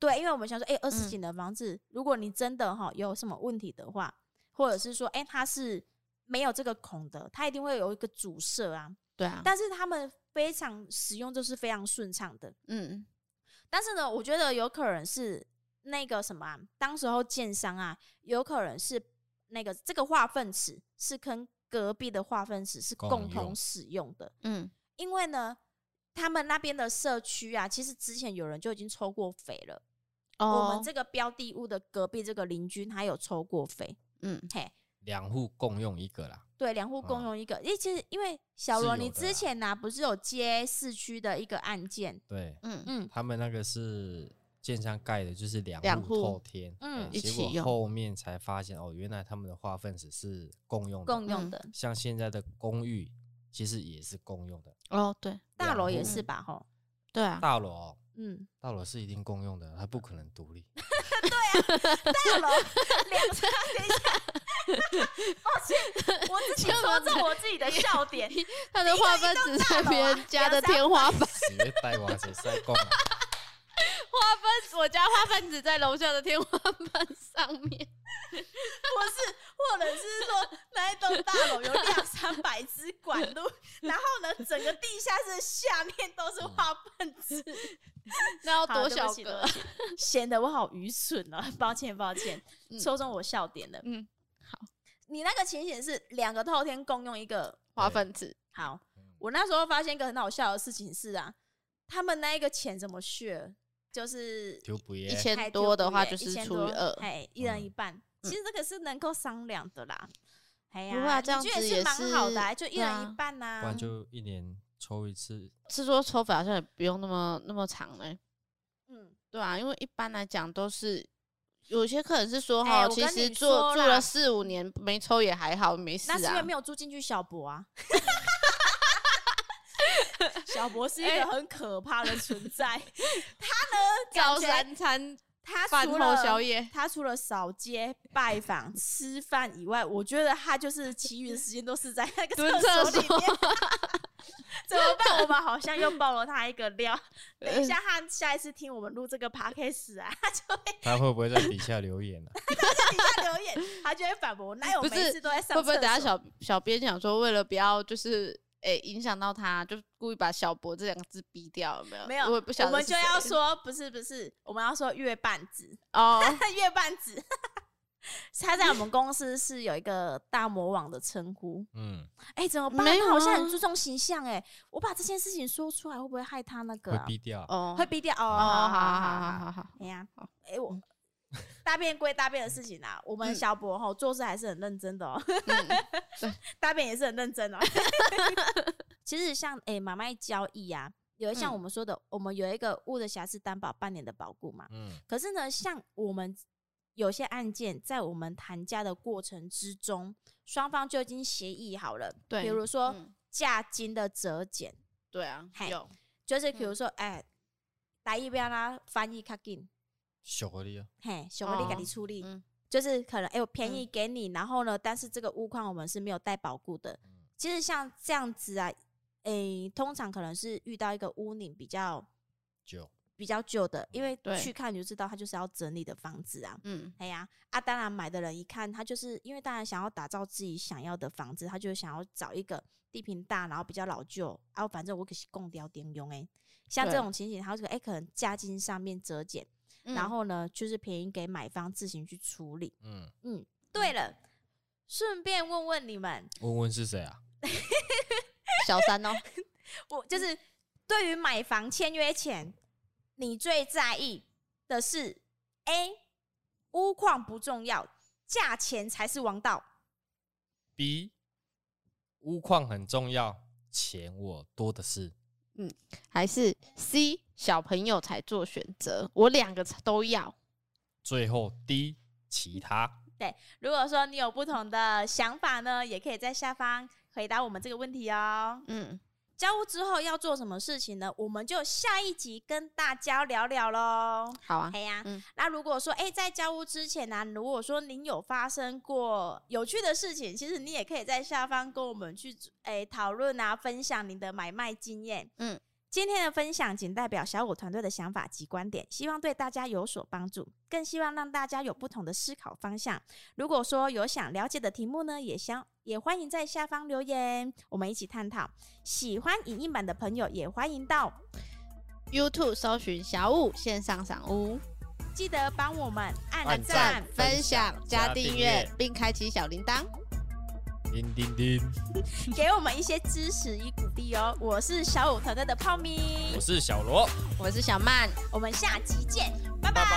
Speaker 1: 对，因为我们想说，哎、二十
Speaker 3: 嗯
Speaker 1: 几的房子，如果你真的哈有什么问题的话，或者是说，哎、它是没有这个孔的，它一定会有一个阻塞啊。
Speaker 3: 对啊，
Speaker 1: 但是他们非常使用，就是非常顺畅的。
Speaker 3: 嗯
Speaker 1: 但是呢，我觉得有可能是那个什么、啊，当时候建商啊，有可能是那个这个化粪池是跟隔壁的化粪池是
Speaker 2: 共
Speaker 1: 共
Speaker 2: 用
Speaker 1: 同使用的，
Speaker 3: 嗯
Speaker 1: 因为呢，他们那边的社区啊，其实之前有人就已经抽过肥了。我
Speaker 3: 哦
Speaker 1: 们，这个标的物的隔壁这个邻居，他有抽过肥，
Speaker 3: 嗯
Speaker 1: 嘿，
Speaker 2: 两户共用一个啦，
Speaker 1: 对，两户共
Speaker 2: 哦
Speaker 1: 用一个。因为其实因为小
Speaker 2: 是
Speaker 1: 罗，
Speaker 2: 有
Speaker 1: 你
Speaker 2: 的
Speaker 1: 之
Speaker 2: 啦
Speaker 1: 前呢、不是有接市区的一个案件，
Speaker 2: 对
Speaker 3: 嗯
Speaker 1: 嗯，
Speaker 2: 他们那个是建商盖的，就是两
Speaker 3: 两
Speaker 2: 户
Speaker 3: 户
Speaker 2: 透天，
Speaker 1: 嗯
Speaker 2: 哎
Speaker 3: 一
Speaker 2: 结
Speaker 3: 起
Speaker 2: 果
Speaker 3: 用
Speaker 2: 后面才发现哦，原来他们的化粪池是共用的，
Speaker 1: 共用
Speaker 3: 嗯
Speaker 1: 的、
Speaker 2: 像现在的公寓其实也是共用的，
Speaker 3: 哦，对
Speaker 1: 大楼也
Speaker 2: 两户嗯
Speaker 1: 是吧？吼，
Speaker 3: 对啊，
Speaker 2: 大楼哦、
Speaker 1: 嗯，
Speaker 2: 大楼是一定共用的，它不可能独 立。
Speaker 1: 大楼两层，等一下， 抱歉，我自己说中我自己的笑点，
Speaker 3: 他的花瓣只是别人家的天花板，
Speaker 2: 直接带娃子塞供啊！
Speaker 3: 花瓣我家花瓣只在楼下的天花板上 面。
Speaker 1: 或是或者是说那一栋大楼有两三百只管路，然后呢，整个地下室下面都是花瓣枝，
Speaker 3: 那要
Speaker 1: 好嗯对
Speaker 3: 多
Speaker 1: 不
Speaker 3: 小
Speaker 1: 起
Speaker 3: 个
Speaker 1: 对？ 不起显得我好愚蠢哦，抱歉抱歉
Speaker 3: 嗯，
Speaker 1: 戳中我笑点了。
Speaker 3: 嗯，
Speaker 1: 你那个情形是两个透天共用一个，
Speaker 3: 花瓣子
Speaker 1: 好
Speaker 2: 嗯，
Speaker 1: 我那时候发现一个很好笑的事情是啊，他们那一个钱怎么血，就是
Speaker 2: 丢不耶
Speaker 3: 一，千
Speaker 1: 太
Speaker 3: 多的话
Speaker 1: 丢
Speaker 3: 就
Speaker 1: 不
Speaker 3: 是
Speaker 1: 耶
Speaker 3: 除以二，
Speaker 1: 哎，一人一
Speaker 2: 嗯
Speaker 1: 半。其实这个是能够商量的啦。哎呀，
Speaker 3: 不会啊这样
Speaker 1: 你觉得
Speaker 3: 子
Speaker 1: 是
Speaker 3: 也
Speaker 1: 蛮好的啊、
Speaker 3: 是
Speaker 1: 就一
Speaker 3: 对
Speaker 1: 人
Speaker 3: 啊
Speaker 1: 一半
Speaker 2: 不
Speaker 1: 呐、
Speaker 2: 然就一年抽一次。
Speaker 3: 是说抽法好像也不用那么那么长嘞、
Speaker 1: 嗯，
Speaker 3: 对啊，因为一般来讲都是有些客人是说
Speaker 1: 哎
Speaker 3: 哈、
Speaker 1: 我
Speaker 3: 其
Speaker 1: 跟
Speaker 3: 实
Speaker 1: 你
Speaker 3: 做
Speaker 1: 说
Speaker 3: 住
Speaker 1: 啦
Speaker 3: 了四五年没抽也还好，没事
Speaker 1: 那是因为
Speaker 3: 啊
Speaker 1: 没。有住进去小博 啊。 小博是一
Speaker 3: 哎
Speaker 1: 个很可怕的存 在，他
Speaker 3: 早
Speaker 1: 呢，感觉
Speaker 3: 三餐
Speaker 1: 他
Speaker 3: 饭
Speaker 1: 除
Speaker 3: 后
Speaker 1: 了
Speaker 3: 宵夜，
Speaker 1: 他除了扫街、拜访、吃饭以外，我觉得他就是其余的时间都是在那个
Speaker 3: 蹲
Speaker 1: 厕
Speaker 3: 厕
Speaker 1: 所里面。 怎么办？我们好像又爆了他一个料。等一呃下，他下一次听我们录这个 podcast 啊，他就会
Speaker 2: 他会不会在底下留言啊？
Speaker 1: 在底下留言，他就会反驳。那我
Speaker 3: 不
Speaker 1: 每
Speaker 3: 是
Speaker 1: 次都在上
Speaker 3: 会不会
Speaker 1: 厕
Speaker 3: 等下
Speaker 1: 所
Speaker 3: 小小编想说，为了不要就是诶、影响到他，就故意把小博这两个字逼掉，有没有？
Speaker 1: 没有
Speaker 3: 我也不晓
Speaker 1: 我
Speaker 3: 得
Speaker 1: 们
Speaker 3: 是
Speaker 1: 就要
Speaker 3: 谁
Speaker 1: 说不是不是，我们要说月半子，
Speaker 3: 哦，
Speaker 1: 月半子。他在我们公司是有一个大魔王的称呼，
Speaker 2: 嗯，
Speaker 1: 哎、怎么办？
Speaker 3: 没有
Speaker 1: 他好像
Speaker 3: 啊
Speaker 1: 很注重形象、哎，我把这件事情说出来，会不会害他那个、
Speaker 2: 会
Speaker 1: 啊？
Speaker 2: 逼掉。
Speaker 3: 哦，
Speaker 1: 会逼掉哦，
Speaker 3: 哦，好
Speaker 1: 好好
Speaker 3: 好
Speaker 1: 好
Speaker 3: 好好
Speaker 1: 好，
Speaker 3: 好，
Speaker 1: 哎呀
Speaker 3: 好，
Speaker 1: 哎、我大便归大便的事情啊，我们
Speaker 3: 嗯
Speaker 1: 小博吼做事还是很认真的哦，
Speaker 3: 嗯
Speaker 1: 大便也是很认真哦。 其实像哎买卖交易啊，有像
Speaker 3: 嗯
Speaker 1: 我们说的，我们有一个物的瑕疵担保半年的保固嘛，
Speaker 2: 嗯，
Speaker 1: 可是呢，像我们有些案件，在我们谈价的过程之中，双方就已经协议好了。
Speaker 3: 对
Speaker 1: 比如说
Speaker 3: 嗯
Speaker 1: 价金的折减，
Speaker 3: 对啊，
Speaker 1: 嘿
Speaker 3: 有
Speaker 1: 就是比如说，哎、来一边啦，翻译较紧，
Speaker 2: 小合力啊，
Speaker 1: 嘿，熊哥你给
Speaker 3: 哦
Speaker 1: 你处理，
Speaker 3: 嗯
Speaker 1: 就是可能哎、我便宜给你，然后呢，但是这个屋况我们是没有带保固的。其实像这样子啊，哎、通常可能是遇到一个屋龄比较。
Speaker 2: 九
Speaker 1: 比较旧的，因为
Speaker 3: 对
Speaker 1: 去看你就知道，它就是要整理的房子啊。
Speaker 3: 嗯
Speaker 1: 哎呀，啊，当然买的人一看，他就是因为当然想要打造自己想要的房子，他就想要找一个地坪大，然后比较老旧，啊，反正我可是共雕点用哎。像这
Speaker 3: 对
Speaker 1: 种情形，他这个哎，可能价金上面折减，
Speaker 3: 嗯，
Speaker 1: 然后呢，就是便宜给买方自行去处理。
Speaker 2: 嗯，
Speaker 1: 嗯，对了，顺便问问你们，
Speaker 2: 问问是谁啊？
Speaker 3: 小三哦，
Speaker 1: 我就是对于买房签约前，你最在意的是 A 屋况不重要，价钱才是王道。
Speaker 2: B，屋况很重要，钱我多的是。
Speaker 3: 还是 C 小朋友才做选择，我两个都要。
Speaker 2: 最后 D，其他
Speaker 1: 如果说你有不同的想法呢，也可以在下方回答我们这个问题哦。
Speaker 3: 嗯，
Speaker 1: 交屋之后要做什么事情呢？我们就下一集跟大家聊聊喽。
Speaker 3: 好啊
Speaker 1: 哎，呀、
Speaker 3: 嗯
Speaker 1: 那如果说哎、在交屋之前呢、啊如果说您有发生过有趣的事情，其实你也可以在下方跟我们去哎讨论啊，分享您的买卖经验。
Speaker 3: 嗯，
Speaker 1: 今天的分享仅代表小五团队的想法及观点，希望对大家有所帮助，更希望让大家有不同的思考方向。如果说有想了解的题目呢，也相也欢迎在下方留言，我们一起探讨。喜欢影音版的朋友也欢迎到，
Speaker 3: YouTube 搜寻小五线上赏屋，
Speaker 1: 记得帮我们按
Speaker 2: 按
Speaker 1: 赞
Speaker 2: 赞、
Speaker 3: 分享加
Speaker 2: 加
Speaker 3: 订
Speaker 2: 订
Speaker 3: 阅
Speaker 2: 阅，
Speaker 3: 并开启小铃铛。
Speaker 2: 叮叮叮。
Speaker 1: 给我们一些支持与鼓励哦。我是小五团队的泡咪
Speaker 2: 我，是小罗，
Speaker 3: 我是小曼，
Speaker 1: 我们下集见，拜
Speaker 2: 拜
Speaker 1: 拜。